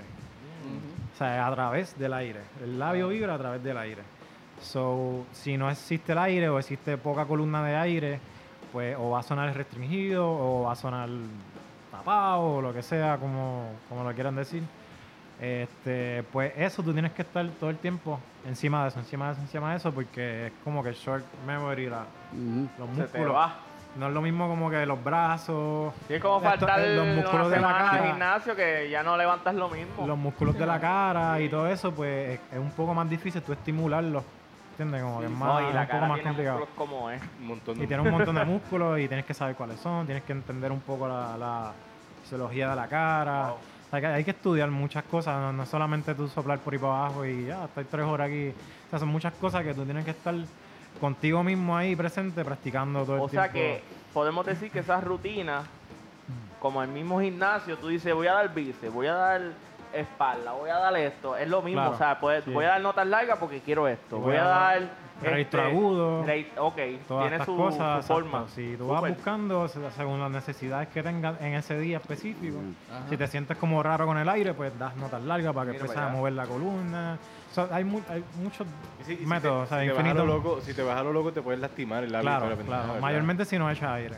E: O sea, a través del aire. El labio vibra a través del aire. So, si no existe el aire o existe poca columna de aire, pues o va a sonar restringido o va a sonar tapado o lo que sea, como, como lo quieran decir. Este, pues eso tú tienes que estar todo el tiempo encima de eso, encima de eso, encima de eso, porque es como que short memory, la-
D: Ujú.
E: los
C: Se
E: músculos.
C: te va.
E: No es lo mismo como que los brazos,
C: Sí, es como
E: Esto-
C: faltar
E: eh, los músculos
C: una
E: de la
C: semana al
E: cara.
C: gimnasio que ya no levantas lo mismo.
E: los músculos de la cara y todo eso, pues es, es un poco más difícil tú estimularlos. ¿Entiendes? Como que es, más,
C: no, y
E: es
C: la
E: un poco
C: cara
E: más
C: tiene
E: complicado.
C: músculos como es.
F: Un montón
E: Y
F: de.
E: tiene un montón de músculos y tienes que saber cuáles son, tienes que entender un poco la, la fisiología de la cara.
C: Wow.
E: O sea, que hay que estudiar muchas cosas, no, no es solamente tú soplar por ahí para abajo y ya, estoy tres horas aquí. O sea, son muchas cosas que tú tienes que estar contigo mismo ahí presente, practicando todo
C: O
E: el
C: sea
E: tiempo. Mm.
C: que podemos decir que esas rutinas, como el mismo gimnasio, tú dices voy a dar bíceps, voy a dar espalda, voy a dar esto, es lo mismo,
E: Claro,
C: o sea, pues,
E: sí.
C: voy a dar notas largas porque quiero esto,
E: Y
C: voy a dar... este,
E: registro agudo,
C: reg- ok,
E: Todas
C: tiene
E: estas
C: su,
E: cosas,
C: su
E: exacto.
C: forma.
E: Si tú vas
C: Súper.
E: buscando se- según las necesidades que tengas en ese día específico,
G: Ajá.
E: si te sientes como raro con el aire, pues das notas largas para que
C: Mira
E: empieces
C: para
E: a
C: allá.
E: mover la columna. O sea, hay, mu- hay muchos
F: Y si- y si
E: métodos,
F: te-
E: o sea,
F: si te bajas a
E: infinitos.
F: lo loco, si te bajas a lo loco, te puedes lastimar el labio.
E: Claro,
F: toda la pendejada,
E: claro.
F: ¿verdad?
E: Mayormente si no echa aire.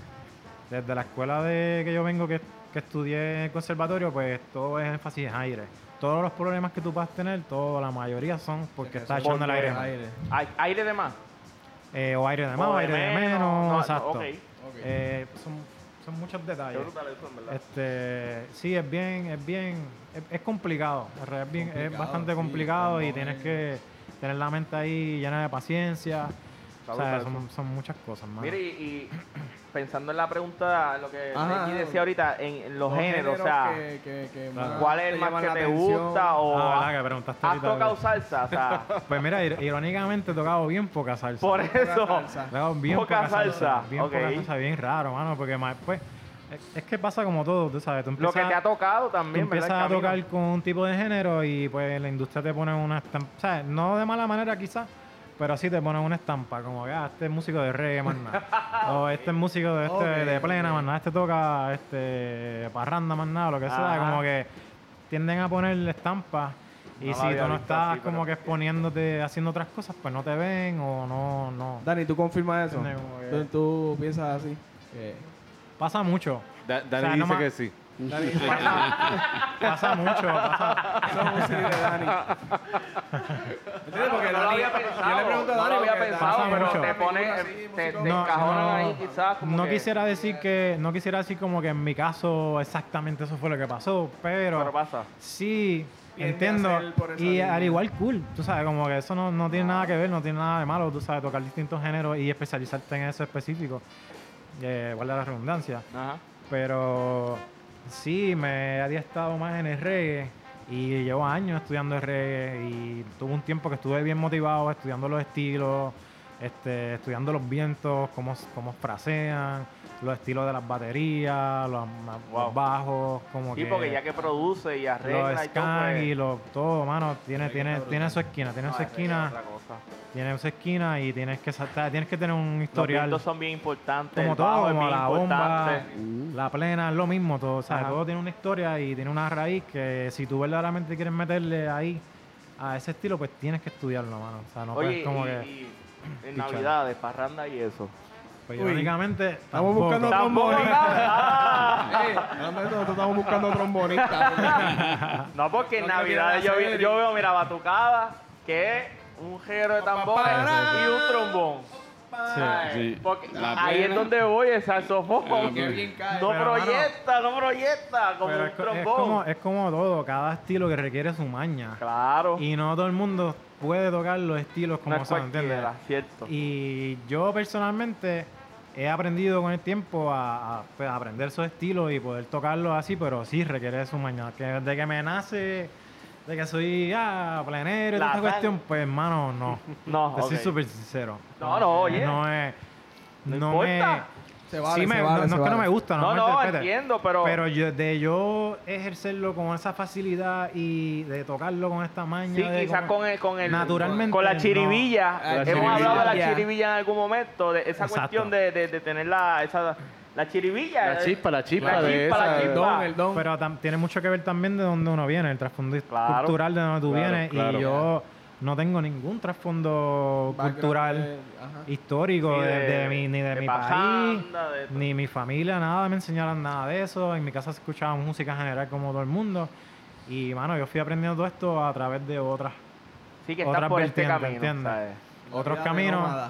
E: Desde la escuela de que yo vengo, que, que estudié en el conservatorio, pues todo es énfasis en aire. Todos los problemas que tú puedas tener, todo, la mayoría son porque estás echando el aire. mal.
C: Hay- Aire de más.
E: Eh, o aire de más,
C: O
E: o
C: de
E: aire de
C: menos,
E: menos,
C: no, no,
E: exacto.
C: ok.
G: Ok.
E: Eh, son, son muchos
C: Qué
E: detalles.
C: brutal eso, en verdad.
E: Este, sí, es bien, es bien, es, es complicado, en realidad es, bien- es
G: Complicado,
E: bastante
G: sí,
E: complicado y
G: como
E: tienes
G: es.
E: que tener la mente ahí llena de paciencia.
C: Está
E: O sea,
C: brutal eso.
E: son, son muchas cosas, mano.
C: Mire, y, y pensando en la pregunta, lo que
G: Ajá,
C: Ricky
G: ajá.
C: decía ahorita, en, en los, géneros, o sea,
G: que- que- que
E: Claro.
G: más
C: ¿cuál es el más
G: llaman
C: que
G: la
C: te
G: atención?
C: gusta? O
E: Ah,
C: has-
E: ¿verdad? Que preguntaste
C: oh, has
E: ahorita,
C: tocado
E: ¿verdad?
C: salsa, o sea,
E: Pues mira, ir- irónicamente he tocado bien poca salsa.
C: por
G: Poca
C: eso.
G: salsa.
E: He tocado bien
C: poca
E: poca,
C: salsa,
E: Bien
C: ok.
E: poca salsa, bien raro, mano, porque ma- pues, es, es que pasa como todo, tú sabes. Tú
C: Lo que
E: empiezas-
C: te ha tocado
E: tú
C: también, ¿verdad?
E: empiezas a
C: El camino.
E: tocar con un tipo de género y pues la industria te pone unas... tam- O sea, no de mala manera quizás, Pero sí te ponen una estampa, como que ah, este es músico de reggae, más nada. o este es músico de, este, de
G: Ok,
E: plena,
G: ok.
E: más nada. Este toca este, parranda, más nada, lo que sea.
C: Ajá.
E: Como que tienden a poner estampas. Y
C: No lo
E: si
C: había
E: tú no
C: visto
E: estás
C: así,
E: como
C: pero-
E: que exponiéndote, haciendo otras cosas, pues no te ven o no, no.
G: Dani, ¿tú confirmas eso?
E: Entiende, como que-
G: ¿Tú, tú piensas así? Eh, Que-
E: Pasa mucho.
F: Da- Dani
E: sea, no
F: dice
E: más-
F: que sí.
G: Dani, pasa,
E: Pasa mucho. pasa-
G: eso es un sí de Dani. ¿Entiendes?
C: no
G: Porque
C: lo
G: Dani-
C: había
G: Yo le
C: pensado,
G: pregunto a
C: no
G: Dani
C: lo había
G: porque Dani
C: pensado,
E: pasa
C: pero
E: mucho.
C: te pones,
G: Así,
C: te, te
G: músico-
E: No,
C: encajonan
E: no,
C: ahí quizás como
E: no
C: que-
E: quisiera decir que, no quisiera decir como que en mi caso exactamente eso fue lo que pasó,
C: pero pasa.
E: Sí,
G: Tiende
E: entiendo.
G: a ser por esa
E: Y
G: línea.
E: al igual cool, tú sabes, como que eso no, no tiene nada que ver, no tiene nada de malo, tú sabes, tocar distintos géneros y especializarte en eso específico. Eh, guarda la redundancia.
C: Ajá.
E: Pero sí, me había estado más en el reggae y llevo años estudiando el reggae y tuve un tiempo que estuve bien motivado estudiando los estilos, este, estudiando los vientos, cómo, cómo frasean, los estilos de las baterías, los, los
C: Wow.
E: bajos, como
C: Sí,
E: que
C: porque ya que produce y arregla
E: los
C: y todo, pues,
E: scans y los todo, mano, tiene, tiene, tiene su esquina, tiene
C: no,
E: su
C: eso ya es
E: esquina,
C: otra cosa.
E: tiene su esquina y tienes que saltar, tienes que tener un
C: Los
E: historial
C: vientos son bien importantes.
E: como
C: el
E: todo,
C: bajo es
E: como
C: bien
E: la bomba,
C: importante.
E: la plena, es lo mismo, todo, o sea,
C: Ajá.
E: todo tiene una historia y tiene una raíz que si tú verdaderamente quieres meterle ahí a ese estilo, pues tienes que estudiarlo, mano. O sea, no
C: Oye,
E: puedes como
C: y,
E: que
C: y en
E: pichar.
C: Navidades, parranda y eso.
E: pues,
G: Uy.
E: irónicamente,
G: Estamos
E: tampoco.
G: buscando
C: Tampoco,
G: trombonistas.
C: ah,
G: Eh, ¿dónde nosotros estamos buscando trombonistas?
C: no, porque en
G: No te
C: Navidades yo,
G: pierdas la
C: vi-
G: serie.
C: yo veo, mira, batucada, que es un jero de tambores y un trombón. Ay,
D: sí.
C: Porque
D: La
C: ahí
D: plena.
C: es donde voy, el saxofón.
D: Ah,
C: que
D: ok.
G: bien cae.
C: no
E: Pero,
C: proyecta, no proyecta, como
E: Pero
C: un
E: es, co- es
C: trombón.
E: como, es como todo, cada estilo que requiere su maña.
C: Claro.
E: Y no todo el mundo puede tocar los estilos como
C: no es
E: son, ¿entiendes?
C: cualquiera, cierto.
E: Y yo personalmente he aprendido con el tiempo a, a, pues, a aprender esos estilos y poder tocarlos así, pero sí requiere de su mañana. Que de que me nace, de que soy ah, planero y
C: La
E: toda esta
C: sal.
E: cuestión, pues hermano, no.
C: No,
E: Te soy
C: ok.
E: súper sincero. Eh,
C: No, no, oye.
E: No es.
C: No
E: No, me.
C: importa.
G: Se vale,
E: sí me-
G: se
E: no-
G: vale,
E: no,
G: se
E: es que no
G: vale.
E: me gusta, no,
C: No,
E: me
C: no,
E: interpretes.
C: entiendo, pero,
E: Pero yo, de yo ejercerlo con esa facilidad y de tocarlo con esta maña.
C: sí,
E: de
C: quizás
E: como-
C: con el, con el
E: Naturalmente,
C: con la
E: no.
C: chiribilla.
G: Ah,
C: Hemos
G: chiribilla.
C: hablado de la
G: Ya.
C: chiribilla en algún momento, de esa
E: Exacto.
C: cuestión de, de, de tener la, esa, la chiribilla.
F: La
C: eh,
F: chispa, la chispa
C: la
F: de
C: chispa, la
F: esa-
G: El
C: chispa.
G: don, el don.
E: Pero tam- tiene mucho que ver también de dónde uno viene, el trasfondo hist-
C: Claro.
E: cultural de donde tú
F: Claro,
E: vienes.
F: claro.
E: Y yo no tengo ningún trasfondo cultural,
G: Ajá.
E: histórico,
C: Sí,
E: de,
C: de-
E: de mi, ni de,
C: de
E: mi país,
C: pasanda, de todo.
E: ni mi familia, nada, me enseñaron nada de eso. En mi casa se escuchaba música general como todo el mundo. Y, mano, yo fui aprendiendo todo esto a través de otras,
C: sí, que está
E: otras
C: por este
E: vertientes,
C: camino.
E: ¿entiendes?
C: ¿sabes?
E: otros
G: Vida de
E: caminos
G: nómada.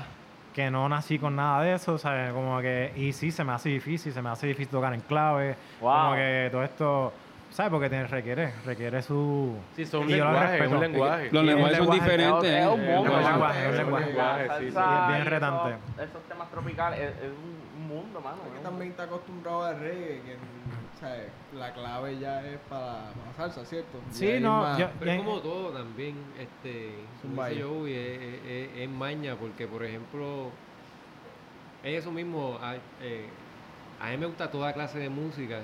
E: que no nací con nada de eso, ¿sabes? Como que, y sí, se me hace difícil, se me hace difícil tocar en clave,
C: Wow.
E: como que todo esto, ¿sabes? Porque te requiere, requiere su...
F: Sí, son
E: Y yo lo
F: lenguajes,
E: respeto.
F: un lenguaje.
D: Los
E: Y el
D: lenguajes son
E: lenguaje,
D: diferentes.
C: Es un
D: eh,
C: mundo,
D: los
E: lenguaje,
D: lenguajes.
E: es un lenguaje.
C: La
F: Sí, sí,
C: salsa
E: sí. Es bien
C: y esos-
E: retante.
C: Esos temas tropicales, es, es un un mundo, mano.
G: Es
C: es
G: que
C: un
G: también está acostumbrado al reggae, que o sea, la clave ya es para, para salsa, ¿cierto? Y
E: Sí,
G: ahí
E: no,
G: más-
E: yo-
A: Pero es
E: Bien.
A: como todo también, este, como
G: Zumba ahí.
A: dice Joey, es, es- es- es maña, porque por ejemplo, es eso mismo, a, eh, a mí me gusta toda clase de música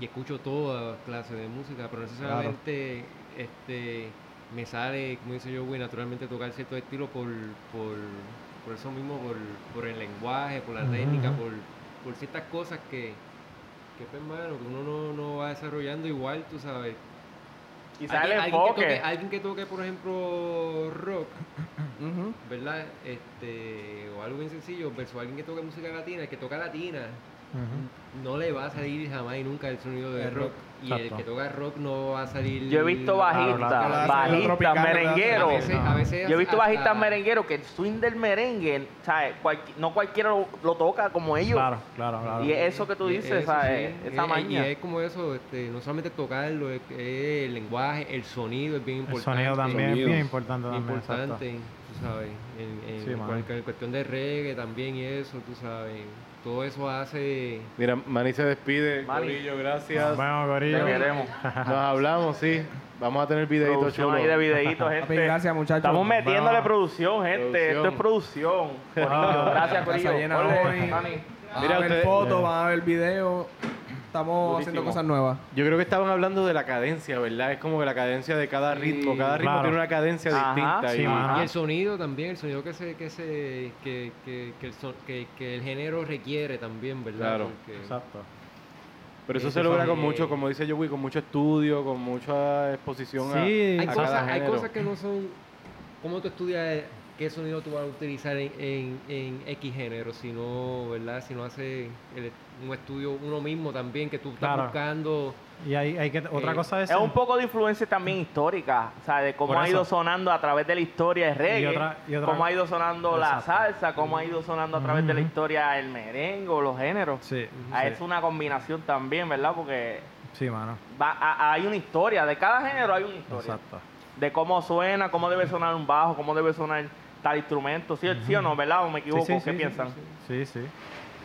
A: y escucho toda clase de música, pero no necesariamente este, me sale, como dice Joey, naturalmente tocar cierto estilo por, por, por eso mismo, por, por el lenguaje, por la
E: Ujú,
A: técnica,
E: ujú.
A: por, por ciertas cosas que, que pues, mano, que uno no, no va desarrollando igual, tú sabes.
C: Quizás el
A: Alguien- alguien que toque-
C: enfoque.
A: alguien que toque, por ejemplo, rock,
G: Ujú.
A: ¿verdad? Este, o algo bien sencillo, versus alguien que toque música latina, el que toca latina no le va a salir jamás y nunca el sonido de
G: El
A: rock.
G: rock.
A: Y el
E: Exacto.
A: que toca rock no va a salir.
C: Yo he visto
G: claro,
C: bajistas,
G: claro. Lo
C: bajistas,
G: tropical, lo
A: A
C: merengueros.
A: veces, a veces
C: Yo he visto
A: hasta-
C: bajistas merengueros que el swing del merengue, ¿sabes? Cualqui- no cualquiera lo, lo toca como ellos.
E: Claro, claro, claro.
C: Y es eso que tú
A: Y
C: dices,
A: Eh, eso
C: ¿sabes?
A: sí, eh,
C: Esa
A: y-
C: maña.
A: Y es como eso, este, no solamente tocarlo, es- es el lenguaje, el sonido es bien
E: el
A: importante.
E: sonido también es
D: Sonido.
E: bien importante también. exacto.
A: importante, tú sabes, en, en
E: Sí, mano.
A: cual- en cuestión de reggae también y eso, tú sabes, todo eso hace...
F: Mira, Manny se despide.
C: Manny.
F: Corillo,
E: Nos
F: gracias.
E: vemos,
C: Te
E: gorillo.
C: queremos.
F: Nos hablamos, sí. Vamos a tener videitos
C: Producción ahí de
F: chulos.
C: videitos,
G: Papi,
C: gente.
G: gracias, muchachos.
C: Este, Estamos metiéndole
E: Vamos.
C: producción, gente. Esto es producción. Corillo,
E: Vamos.
C: Gracias,
G: Casa
C: Corillo.
G: llena
C: Ole,
G: hoy.
C: Manny.
G: Van
F: Mira,
G: a ver
F: ustedes-
G: fotos, van a ver videos. Estamos haciendo cosas nuevas.
F: Yo creo que estaban hablando de la cadencia, ¿verdad? Es como que la cadencia de cada ritmo. Cada ritmo
E: Claro.
F: tiene una cadencia
C: Ajá,
F: distinta.
E: sí,
F: y-
E: mano.
A: Y
E: Ajá.
A: el sonido también, el sonido que se, que se, que, que, que el, son- que, que el género requiere también, ¿verdad?
F: Claro.
A: Porque-
E: Exacto.
F: pero eso
A: Ese
F: se logra
A: son-
F: con mucho, como dice Joey, con mucho estudio, con mucha exposición a-
E: Sí.
A: hay,
F: a,
A: cosas,
F: cada
A: hay
F: género.
A: cosas que no son. ¿Cómo tú estudias qué sonido tú vas a utilizar en, en, en X género? Si no, ¿verdad? Si no hace el- un estudio uno mismo también, que tú estás
E: Claro.
A: buscando.
E: Y hay, hay que, otra
A: Eh,
E: cosa es...
C: Es un poco de influencia también histórica, o sea, de cómo
E: Por
C: ha
E: eso.
C: ido sonando a través de la historia el reggae,
E: otra- y otra-
C: cómo ha ido sonando la
E: Exacto.
C: salsa, cómo ha ido sonando a través de la
E: Ujú.
C: historia el merengue, o los géneros.
E: Sí,
C: Ah,
E: sí.
C: Es una combinación también, ¿verdad? Porque
E: Sí, mano.
C: va- a- hay una historia, de cada género hay una historia.
E: Exacto.
C: De cómo suena, cómo debe sonar un bajo, cómo debe sonar tal instrumento, ¿sí, sí o no, verdad? ¿O me equivoco?
E: sí,
C: ¿Qué
E: sí,
C: piensan?
E: Sí, sí.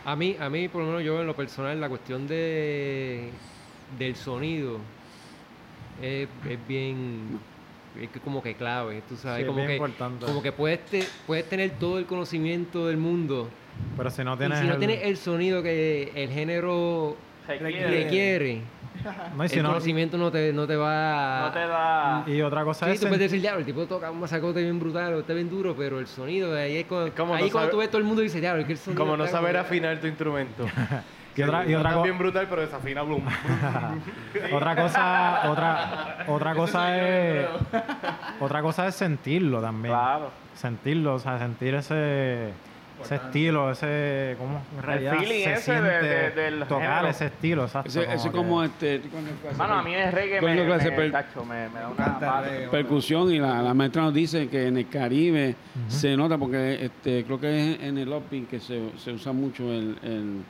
A: A mí, a mí, por lo menos yo en lo personal, la cuestión de del sonido es, es bien es que como que clave, tú sabes,
E: Sí, es
A: como
E: bien
A: que
E: importante.
A: como que puedes te- puedes tener todo el conocimiento del mundo
E: Pero si no
A: y
E: tienes...
A: si no
E: el-
A: tienes el sonido que el género
C: Requiere-
E: Eh,
A: requiere,
E: no, y si
A: el
E: no-
A: conocimiento no te no te va
C: No te da...
E: Y otra cosa
A: Sí,
E: es...
A: tú puedes
E: sen-
A: decir, diablo, el tipo toca un masacote bien brutal o está bien duro, pero el sonido, ahí es cuando,
F: como
A: ahí
F: no
A: es
F: saber-
A: cuando tú ves todo el mundo y dices, diablo, es que el sonido
F: Como no
A: está
F: saber
A: como-
F: afinar tu instrumento.
E: y otra, y otra,
F: Está
E: co-
F: bien brutal, pero desafina Bloom.
E: otra cosa... Otra, otra cosa es... Otra cosa es sentirlo también.
C: Claro.
E: Sentirlo, o sea, sentir ese... Ese estilo, ese... ¿Cómo? En realidad
C: feeling
E: se
C: ese de-
E: siente
C: de- del
E: Tocar
C: género.
E: ese estilo, exacto.
D: Ese, ese
E: que-
D: como este... ¿cuál es la clase?
C: Mano, a mí el reggae
D: Coño,
C: me,
D: clase,
C: me-
D: pero-
C: tacho, me- me da una
G: Canta
C: pata.
G: el reggae,
D: percusión y la, la maestra nos dice que en el Caribe se nota porque este, creo que es en el lobby que se, se usa mucho el, el-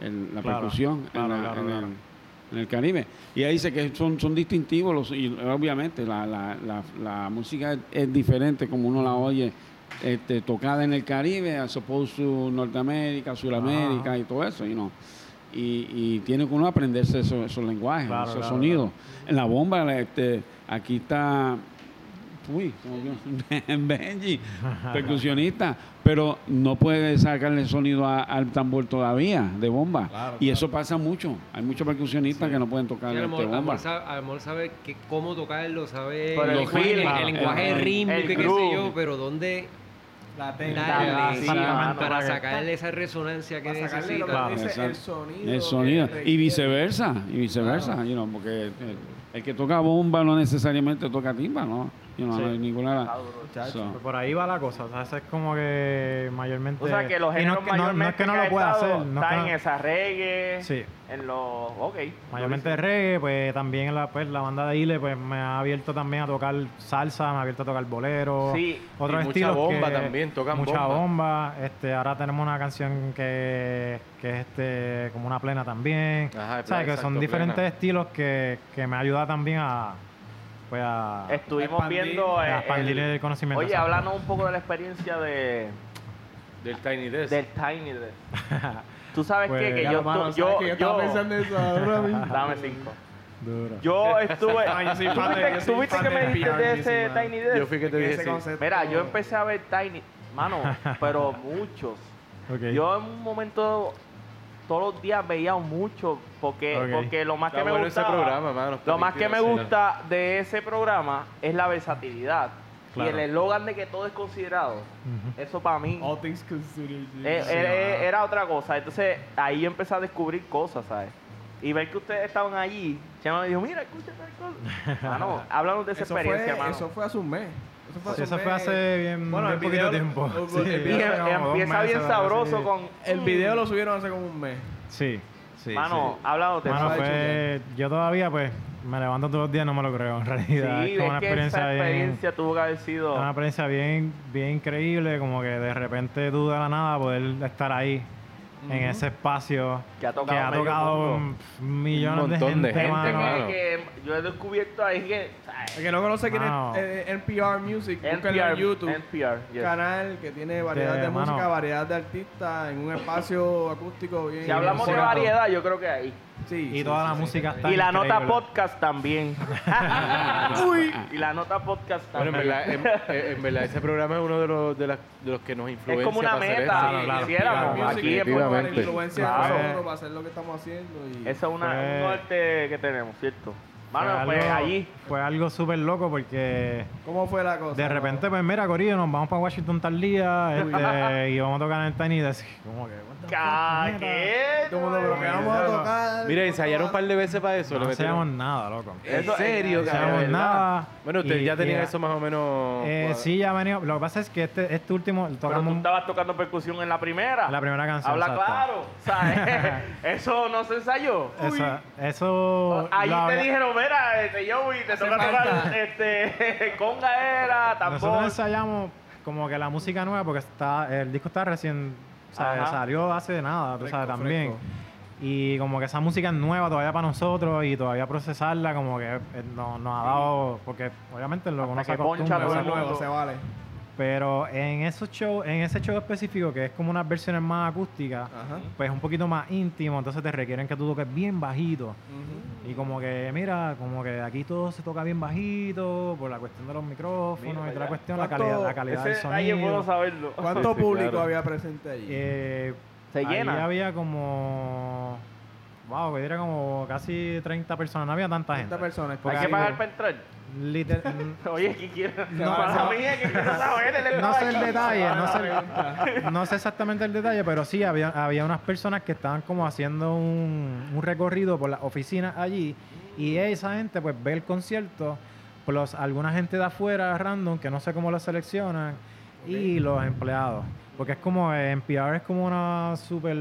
D: el- la
E: Claro,
D: percusión en
E: claro,
D: la-
E: claro,
D: en,
E: claro.
D: El, en el Caribe. Y ella dice que son, son distintivos los, y obviamente la, la- la- la música es, es diferente como uno la oye este, tocada en el Caribe, as opposed to Norteamérica, Suramérica y todo eso. Y no. Y, y tiene que uno aprenderse esos, esos lenguajes,
E: Claro,
D: esos
E: claro,
D: sonidos. En la bomba, la- este, aquí está Uy, se me olvidó. Benji, percusionista, pero no puede sacarle sonido a- al tambor todavía de bomba. Y eso pasa mucho. Hay muchos percusionistas que no pueden tocar
A: Sí, a lo
D: este
A: mejor- a lo
D: bomba.
A: mejor sabe- a lo mejor sabe que- cómo tocarlo, sabe
C: Por
A: el,
C: el
A: lenguaje,
C: feeling,
A: el- el
C: el-
A: lenguaje
D: el-
A: rítmico,
C: el
A: y qué sé
C: groove.
A: yo, pero dónde
G: La
A: darle
C: sí,
A: sí, para,
C: mano,
E: para que-
A: sacarle esa resonancia que
G: Para sacarle lo que
A: necesita.
G: dice
D: Exacto.
G: el sonido.
D: El sonido.
G: que
D: Y
G: requiere.
D: viceversa, y viceversa, you know, porque el, el que toca bomba no necesariamente toca timba, ¿no? You know, no hay ninguna... so.
E: Pues por ahí va la cosa, o sea, eso es como que mayormente...
C: O sea, que los
E: Y no
C: géneros
E: es que- no- no, es
C: mayormente
E: que no
C: que ha
E: lo pueda
C: estado
E: hacer, no es que
C: están
E: no-
C: en esa reggae,
E: Sí.
C: en los... Ok.
E: mayormente reggae, pues también la, pues, la banda de Ile pues me ha abierto también a tocar salsa, me ha abierto a tocar bolero,
C: Sí,
E: otros
F: y mucha
E: estilos
F: bomba
E: que-
F: también, tocan
E: mucha
F: bomba.
E: bomba. este, ahora tenemos una canción que, que es este, como una plena también,
F: Ajá,
E: o sea, que
F: exacto,
E: son diferentes
F: plena.
E: estilos que, que me ayuda también a, pues a,
F: Eh,
C: Estuvimos
G: expandir-
C: viendo...
E: a
C: eh,
E: expandir el conocimiento.
C: Oye,
E: exacto.
C: hablando un poco de la experiencia de,
F: Del Tiny Desk.
C: del Tiny Desk. Tú sabes
E: Pues,
C: qué? que
E: ya,
C: yo...
G: Mano,
C: estu-
G: ¿sabes
C: yo,
G: qué?
C: yo,
G: estaba pensando en eso ahora mismo.
C: Dame cinco.
E: Duro.
C: Yo estuve...
G: soy
C: ¿Tú
G: fan de-
C: viste-
G: yo soy
C: ¿Tú viste
G: fan
C: que me
G: de
C: dijiste
G: PR
C: de ese
G: muchísimo,
C: Tiny Desk?
F: Yo fui que te
G: Es que
F: dije
G: ese
F: sí.
G: concepto-
C: Mira, yo empecé a ver Tiny... Mano, pero muchos.
E: Ok.
C: Yo en un momento todos los días veía mucho porque
E: Ok.
C: porque lo más
F: Está
C: que me
F: bueno ese
C: gustaba,
F: programa, mano, está
C: lo más que me
F: mentiroso.
C: gusta de ese programa es la versatilidad
E: Claro.
C: y el eslogan de que todo es considerado.
E: Ujú.
C: Eso para mí
G: All things considered. sí.
C: eh, era, era otra cosa. Entonces ahí yo empecé a descubrir cosas, ¿sabes? Y ver que ustedes estaban allí, Chema me dijo, mira, escucha tal cosa. Mano, háblanos de esa
G: Eso
C: experiencia,
G: fue,
C: mano.
G: eso fue hace un mes. Eso fue hace,
E: Sí,
G: un
E: eso fue
G: mes.
E: hace bien,
G: Bueno,
E: bien
G: el
E: poquito
G: video-
E: tiempo.
G: el-
E: Sí.
G: el
C: Y em-
G: video-
E: Hace como dos
C: empieza
E: meses,
C: bien
E: algo así.
C: sabroso con...
G: El video lo subieron hace como un mes.
E: Sí, sí.
C: Mano,
E: sí.
C: háblanos de
E: Mano,
C: eso.
E: pues, yo todavía, pues, me levanto todos los días, no me lo creo, en realidad.
C: Sí,
E: es como
C: es
E: una
C: que
E: experiencia,
C: esa experiencia tuvo que haber sido.
E: bien. Una experiencia bien, bien increíble, como que de repente tú de la nada poder estar ahí, en ese espacio
C: Que ha tocado medio
E: tocado
C: mundo.
E: pf, millones
F: Un
E: de
F: montón de
E: gente,
C: gente
E: mano.
C: que,
F: mano.
C: que yo he descubierto ahí que.
G: El que no conoce quién
E: Wow.
G: es eh, NPR Music, búsquenlo
C: NPR,
G: en YouTube.
C: NPR, yes.
G: canal que tiene variedad
E: Que,
G: de
E: mano,
G: música, variedad de artistas, en un espacio acústico bien.
C: Si hablamos de
G: bien
C: variedad, yo creo que ahí.
G: Sí,
E: y
G: sí,
E: toda
G: sí,
E: la
G: sí.
E: música está
C: Y la nota
E: increíble.
C: podcast también. Uy. Y la nota podcast
F: Bueno,
C: también.
F: en verdad, en, en- en verdad, ese programa es uno de los, de las- de los que nos influencia.
C: es como una
F: para hacer
C: meta
F: esto.
E: Sí,
C: que
E: claro,
C: quisiéramos
E: claro.
C: aquí en Puerto
F: Definitivamente.
C: Rico.
F: Definitivamente.
G: influencia
C: Claro.
G: de nosotros para hacer lo que estamos haciendo. Y...
C: Eso es una,
E: Fue-
C: un norte que tenemos, ¿cierto? Mano,
E: Fue
C: pues
E: algo-
C: allí.
E: Fue algo súper loco porque
G: ¿Cómo fue la cosa?
E: de repente, pues mira, Corillo, nos vamos para Washington tal día este, y vamos a tocar en Tiny Desk. Como que, what the fuck,
C: Ca-
E: puñeta.
C: Ah, ¿qué?
G: Como lo bloqueamos a tocar. Ah,
F: Mira, ensayaron un par de veces para eso. le
E: No
F: metieron-
E: hacíamos nada, loco.
F: ¿En
C: Eso- eh,
F: serio?
E: No
C: Ya,
F: cabrón?
E: hacíamos
C: ¿verdad?
E: nada.
F: Eh, Bueno, ustedes
E: Y-
F: ya tenían
E: y-
F: eso más o menos...
E: Eh,
F: cuadrado.
E: sí, ya venía. Lo que pasa es que este, este último
C: Pero tú
E: tocamos
C: estabas tocando percusión en la primera.
E: la primera canción.
C: Habla
E: exacto.
C: claro. O sea, eh, eso no se ensayó.
E: Esa- eso.
C: Allí
E: lo
C: te
E: había-
C: dijeron, mira, este, Joey, te toca tocar este, conga era,
E: Nosotros
C: tambor.
E: ensayamos como que la música nueva porque está, el disco está recién ¿sabes?
C: Ajá.
E: salió hace de nada, tú
G: Fresco,
E: sabes, también.
G: fresco.
E: Y como que esa música es nueva todavía para nosotros y todavía procesarla como que eh, no- nos ha dado, porque obviamente lo que uno
C: que
E: se acostumbra,
C: poncha
G: Nuevo,
E: ¿sabes?
C: todo el
G: nuevo,
C: mundo.
G: se vale.
E: Pero en esos show, en ese show específico que es como unas versiones más acústicas,
G: Ajá.
E: pues un poquito más íntimo, entonces te requieren que tú toques bien bajito. Y como que, mira, como que aquí todo se toca bien bajito, por la cuestión de los micrófonos
C: Mira
E: y toda
C: allá.
E: la cuestión, la
G: ¿Cuánto-
E: calidad, la calidad
C: Ese
E: del
C: detalle puedo
E: sonido.
C: saberlo.
G: ¿Cuánto
F: Sí, sí,
G: público
F: claro.
G: había presente allí?
E: Eh,
C: Se
E: ahí
C: llena.
E: había como, wow, que era como casi 30 personas, no había tanta
G: 30
E: gente.
G: personas.
C: Hay
E: Porque
C: que
E: ahí-
C: pagar para entrar.
E: Liter-
C: Oye, ¿qué quieres?
G: No,
C: para
G: no.
C: mí es que quiero saber. el
E: no sé el
C: detalle.
E: detalle, no sé, no sé exactamente el detalle, pero sí había, había unas personas que estaban como haciendo un, un recorrido por las oficinas allí y esa gente pues ve el concierto, plus alguna gente de afuera random que no sé cómo lo seleccionan y los empleados. Porque es como, eh, NPR es como una super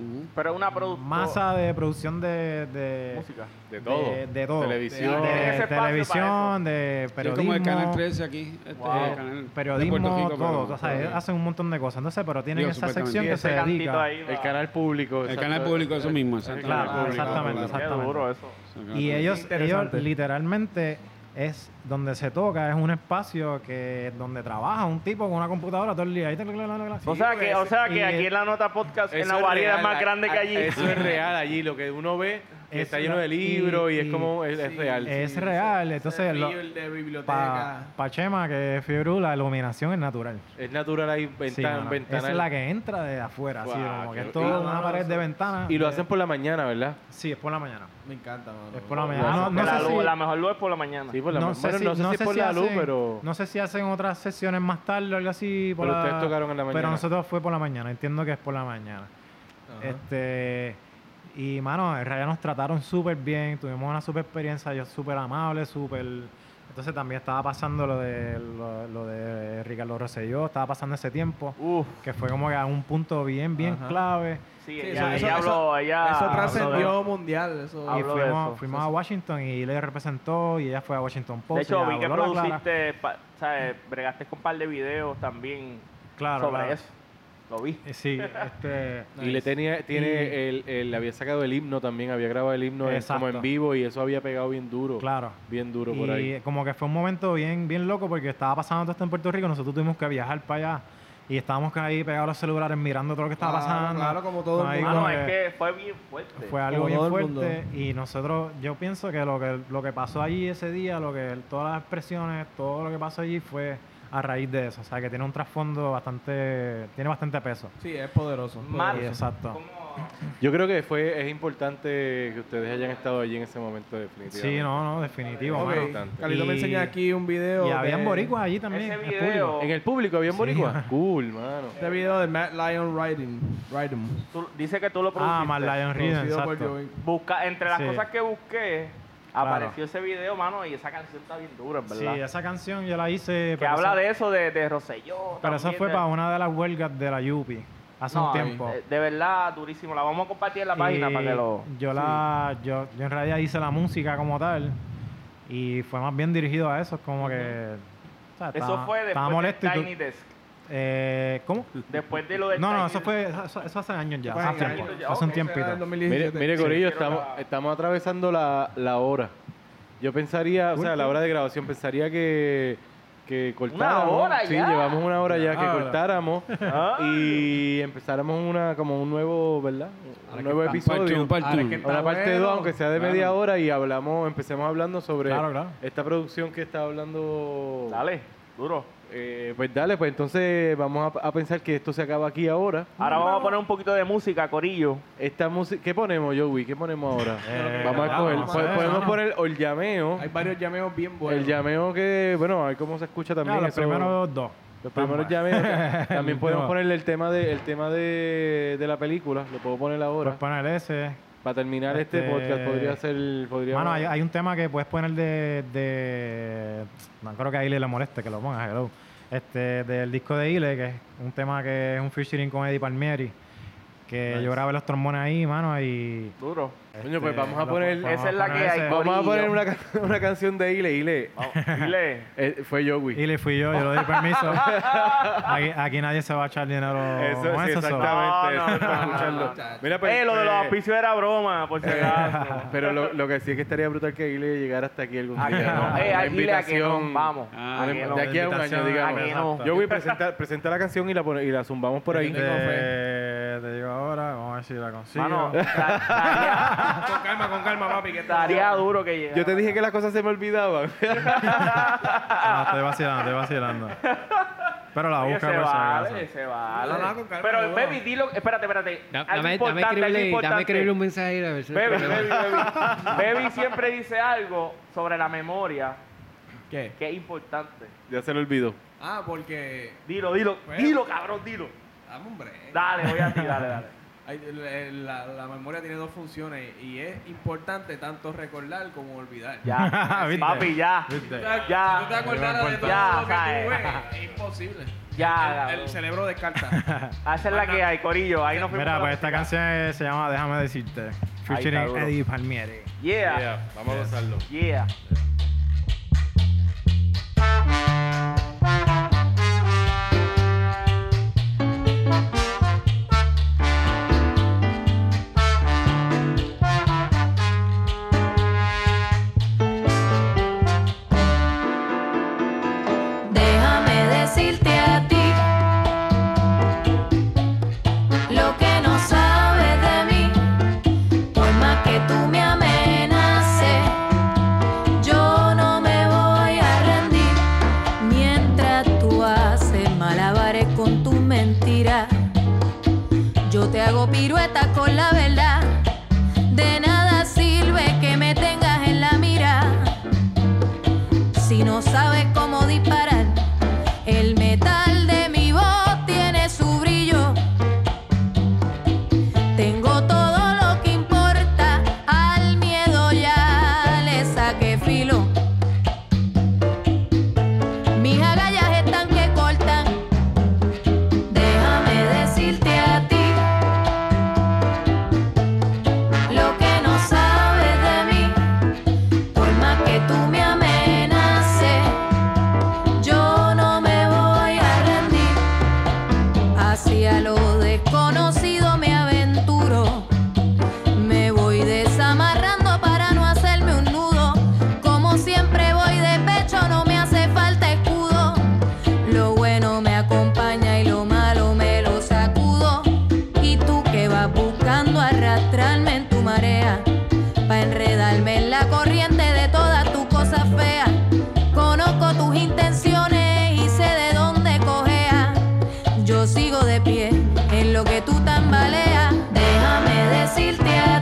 D: Ujú.
C: Pero una productora.
E: masa de producción de... de-
C: Música.
F: De todo.
E: de- de todo.
F: Televisión.
E: de
C: Tiene ese espacio para
E: televisión, de
D: Sí, como
E: periodismo
D: el Canal 13 aquí. Este,
C: Wow.
D: el canal de
E: Eh, periodismo,
D: Puerto Rico,
E: todo.
D: pero-
E: o sea,
D: pero-
E: hacen un montón de cosas. Entonces, pero tienen
D: Digo,
E: esa
D: supuestamente.
E: sección
D: Y
E: que
F: ese
E: se
C: Ese cantito
E: dedica.
C: ahí.
F: El
C: va.
F: canal público.
D: El
F: exacto.
D: canal público, eso mismo.
F: El
D: exactamente.
E: Claro,
F: público.
E: exactamente,
C: Qué
E: exactamente.
C: duro eso.
E: Y ellos, ellos
G: Interesante.
E: literalmente es donde se toca, es un espacio que donde trabaja un tipo con una computadora todo el día. Ahí te-
C: o sea que, o sea que
E: y-
C: aquí en la nota podcast, en
F: pues, Eso
C: la
F: es
C: guarida
F: real,
C: es más
F: a-
C: grande que
F: a-
C: allí.
F: Eso es real allí, lo que uno ve que
E: Es
F: está lleno
E: una-
F: de libros y,
E: y-
F: es como es, es
G: Sí,
F: real.
E: Es
G: sí,
E: real,
G: ese-
E: entonces
G: ese
E: lo-
G: feel de biblioteca.
E: Para Chema, que es Fibru, la iluminación es natural.
F: Es natural ahí
E: Sí,
F: ventana,
E: mano.
F: ventana.
E: Esa es la que entra de afuera, así
F: Guau,
E: como que
F: qué
E: es todo
F: rico.
E: una pared de ventana.
F: Y lo hacen por la mañana, ¿verdad?
E: Sí, es por la mañana.
G: Me encanta, mano.
E: Es por la
C: Lo
E: mañana. Ah,
C: hacen
E: No,
C: por
E: no
C: Ah, la,
E: sé
C: luz,
E: si-
C: la mejor luz es por la mañana.
F: Sí, por Pues la
E: no
F: mañana. Bueno, no sé si es por
E: si
F: la luz,
E: hacen-
F: pero.
E: No sé si hacen otras sesiones más tarde o algo así. por
F: Pero
E: la-
F: ustedes tocaron en la mañana.
E: Pero nosotros fue por la mañana, entiendo que es por la mañana. Este. Y, mano, en realidad nos trataron súper bien, tuvimos una súper experiencia, yo súper amable, súper. Entonces también estaba pasando lo de, lo, lo de Ricardo Rosselló, estaba pasando ese tiempo,
C: Uf,
E: que fue como que a un punto bien, bien
G: Ajá.
E: clave.
C: sí,
G: Sí,
C: ella,
G: eso-
C: ella
G: eso-
C: habló, ella
G: Eso
C: habló de-
G: trascendió mundial. Eso.
E: Y
C: Habló de eso.
E: fuimos, fuimos a Washington y le representó y ella fue a Washington
C: De
E: Post.
C: hecho,
E: ella
C: vi que
E: voló la clara.
C: produciste, pa- ¿sabes? Bregaste con un par de videos también
E: Claro,
C: sobre
E: claro.
C: eso. Lo vi.
E: Eh, Sí, este.
F: Y le tenía, tiene, el, el- había sacado el himno también, había grabado el himno en- como
E: Exacto.
F: en vivo y eso había pegado bien duro.
E: Claro.
F: Bien duro por
E: Y
F: ahí.
E: eh, como que fue un momento bien, bien loco porque estaba pasando todo esto en Puerto Rico. Nosotros tuvimos que viajar para allá y estábamos ahí pegados a los celulares mirando todo lo que estaba
G: Claro,
E: pasando.
G: claro, como todo el
E: Ahí
G: mundo.
E: como
C: Mano,
E: que
C: es que fue bien fuerte.
E: Fue algo
G: Como
E: bien
G: todo el
E: fuerte y nosotros, yo pienso que lo que lo que pasó allí ese día, lo que todas las expresiones, todo lo que pasó allí fue a raíz de eso. O sea, que tiene un trasfondo bastante, tiene bastante peso.
G: Sí, es poderoso.
C: Mar-
E: Sí, exacto.
C: ¿Cómo?
F: Yo creo que fue, es importante que ustedes hayan estado allí en ese momento definitivamente.
E: Sí, no, no, definitivo,
G: Ok,
E: mano.
F: bastante.
G: Carlito me
E: Y-
G: enseña aquí un video.
E: Y
G: de-
E: habían boricuas allí también.
C: Ese
E: en el
C: video-
E: público.
F: En el público había boricua. Cool, mano.
G: Este video de Matt Lion Riding. Riding.
C: Tú- dice que tú lo
E: Ah,
C: produciste.
E: más Lion Reader,
G: Producido por
E: exacto.
G: Joey.
C: Busca, entre las
E: Sí.
C: cosas que busqué, apareció ese video, mano, y esa canción está bien dura, en
E: Sí,
C: ¿verdad?
E: esa canción yo la hice.
C: que
E: pero
C: habla
E: esa-
C: de eso, de, de Rosselló.
E: Pero esa
C: también,
E: fue
C: de-
E: para una de las huelgas de la Yupi hace
C: No,
E: un tiempo.
C: De, de verdad, durísimo. La vamos a compartir en la página
E: Y
C: para que lo.
E: Yo, la, yo, yo en realidad hice la música como tal y fue más bien dirigido a eso. es Como que. o sea,
C: Eso
E: estaba-
C: fue
E: estaba
C: después
E: molesto
C: de
E: y tú-
C: Tiny Desk.
E: eh, ¿Cómo?
C: Después de lo de
E: No, no,
C: Tiny
E: eso
C: Desk.
E: fue eso, eso hace años ya.
G: Fue
E: Hace,
G: en el
E: tiempo,
C: año,
E: hace un
C: ok, será
G: Ese era el
E: tiempito.
G: 2017.
F: Mire, mire Corillo,
C: quiero
F: estamos,
C: la-
F: estamos atravesando la, la hora. Yo pensaría, o sea, la hora de grabación, pensaría que, que cortáramos.
C: hora
F: sí,
C: ya.
F: llevamos una hora ya que
E: Ah.
F: cortáramos
C: Ah.
F: y empezáramos una como un nuevo, ¿verdad? Un nuevo
D: Parte
F: episodio.
D: uno, parte
F: Ahora
D: uno.
F: que está Ahora parte
G: bueno.
F: 2, aunque sea de
D: Claro.
F: media hora y hablamos, empecemos hablando sobre
E: Claro, claro.
F: esta producción que está hablando
C: Dale, duro.
F: Eh, pues dale, pues entonces vamos a, a pensar que esto se acaba aquí ahora.
C: Ahora vamos a poner un poquito de música, Corillo.
F: Esta música, ¿qué ponemos, Joey? ¿Qué ponemos ahora?
E: Eh,
F: vamos a
E: vamos,
F: coger.
E: vamos
F: po-
E: a ver,
F: podemos
E: vamos.
F: poner o el llameo.
G: Hay varios llameos bien buenos.
F: El llameo que, bueno, a ver cómo se escucha también.
E: Claro, los
F: eso-
E: primeros dos.
F: los primeros
E: Vamos.
F: llameos. También
E: El
F: podemos
E: tema.
F: ponerle el tema de, el tema de, de la película. Lo puedo poner ahora.
E: Puedes poner ese.
F: Para terminar este,
E: este-
F: podcast podría ser, podría.
E: Mano, hay, hay un tema que puedes poner de, de- No creo que a Ile le moleste que lo pongas, hello. Este, del disco de Ile, que es un tema que es un featuring con Eddie Palmieri. Que yo grabé los trombones ahí, mano, y...
C: Duro.
F: Coño, pues
E: este,
F: vamos a
E: lo-
F: poner-
E: vamos
C: Esa
E: a
C: es la
E: poner
C: que hay,
E: ese.
C: vamos
F: Vamos a poner
C: Corillo.
F: una, can- una canción de Ile, Ile.
C: Ah. Dile.
F: Eh, fue Joey.
E: Ile fui yo, yo le di permiso. aquí, aquí nadie se va a echar dinero
F: Eso,
E: con
F: sí,
E: eso. so.
F: exactamente.
C: No, no,
F: eso,
C: no,
F: para
C: no,
F: escucharlo.
C: no,
G: no.
F: Mira, pues,
C: Eh, lo de los
F: eh,
C: auspicios era broma, por si acaso.
F: Pero lo, lo que sí es que estaría brutal que Ile llegara hasta aquí algún
C: A que
F: día.
C: no.
F: ¿no?
C: Eh,
F: Una
C: a- dile a que no.
F: invitación. pues,
C: Vamos.
D: Ah,
C: a que no.
F: de aquí a un año,
E: Invitación,
F: digamos.
C: a que no.
F: Yo voy a presentar, presentar la canción y la, pone- y la zumbamos por ahí.
E: Este, Te, te digo ahora, vamos a ver si la consigo.
C: Mano, ta- estaría,
G: Con calma, con calma, papi. Que está
C: estaría duro que llegara.
F: Yo te dije que las cosas se me olvidaban.
E: No, estoy vacilando, estoy vacilando. Pero la
C: Oye,
E: busca
C: se
E: por si acaso.
C: vale, se vale.
G: No, no, con calma,
C: Pero,
G: duro.
C: baby, dilo. Espérate, espérate.
A: Da-
C: Algo
A: Dame, dame,
C: importante, algo
A: escribirle, dame
C: importante.
A: escribirle un mensaje ahí, a ver si no hay
C: Baby,
A: problema.
C: baby, baby. Baby siempre dice algo sobre la memoria
G: ¿Qué?
C: que es importante.
F: ya se lo olvidó.
G: Ah, porque.
C: Dilo, dilo,
G: Bueno.
C: dilo, cabrón, dilo.
G: Dame un break.
C: Dale, voy a ti, dale, dale.
G: Ay, la- La, la memoria tiene dos funciones y es importante tanto recordar como olvidar.
C: Ya,
E: ¿Viste?
C: papi, ya.
G: Tú
E: ¿Viste?
G: te ac-
C: Ya.
G: tú te acordaras de todo
C: Ya,
G: lo que tú ves,
C: sabes.
G: es imposible.
C: Ya,
G: El- el,
C: cabrón.
G: cerebro descarta.
C: Hacer la que hay, Corillo. Ahí nos fuimos.
E: Mira,
C: con la
E: pues esta
C: música.
E: canción eh, se llama Déjame decirte.
C: está
E: Featuring
C: duro.
E: Eddie Palmieri.
C: Yeah,
F: vamos a gozarlo.
C: yeah.
H: Déjame decirte a ti lo que no sabes de mí. Por más que tú me amenaces, yo no me voy a rendir. Mientras tú haces malabares con tu mentira, yo te hago piruetas con la verdad. De nada sirve que me tengas en la mira si no sabes cómo disparar. El metal de mi voz tiene su brillo. Tengo todo lo que importa. Al miedo ya le saqué filo. Mis agallas están que cortan. Déjame decirte a ti lo que no sabes de mí. Por más que tú me amenaces, yo no me voy a rendir. Hacia lo desconocido me aventuro. Me voy desamarrando para no hacerme un nudo. Como siempre voy de pecho, no me hace falta escudo. Lo bueno me acompaña y lo malo me lo sacudo. Y tú que vas buscando arrastrarme en tu marea. Pa' enredarme en la corriente de todas tus cosas feas. Conozco tus intenciones y sé de dónde cojeas. Yo sigo de pie en lo que tú tambaleas. Déjame decirte a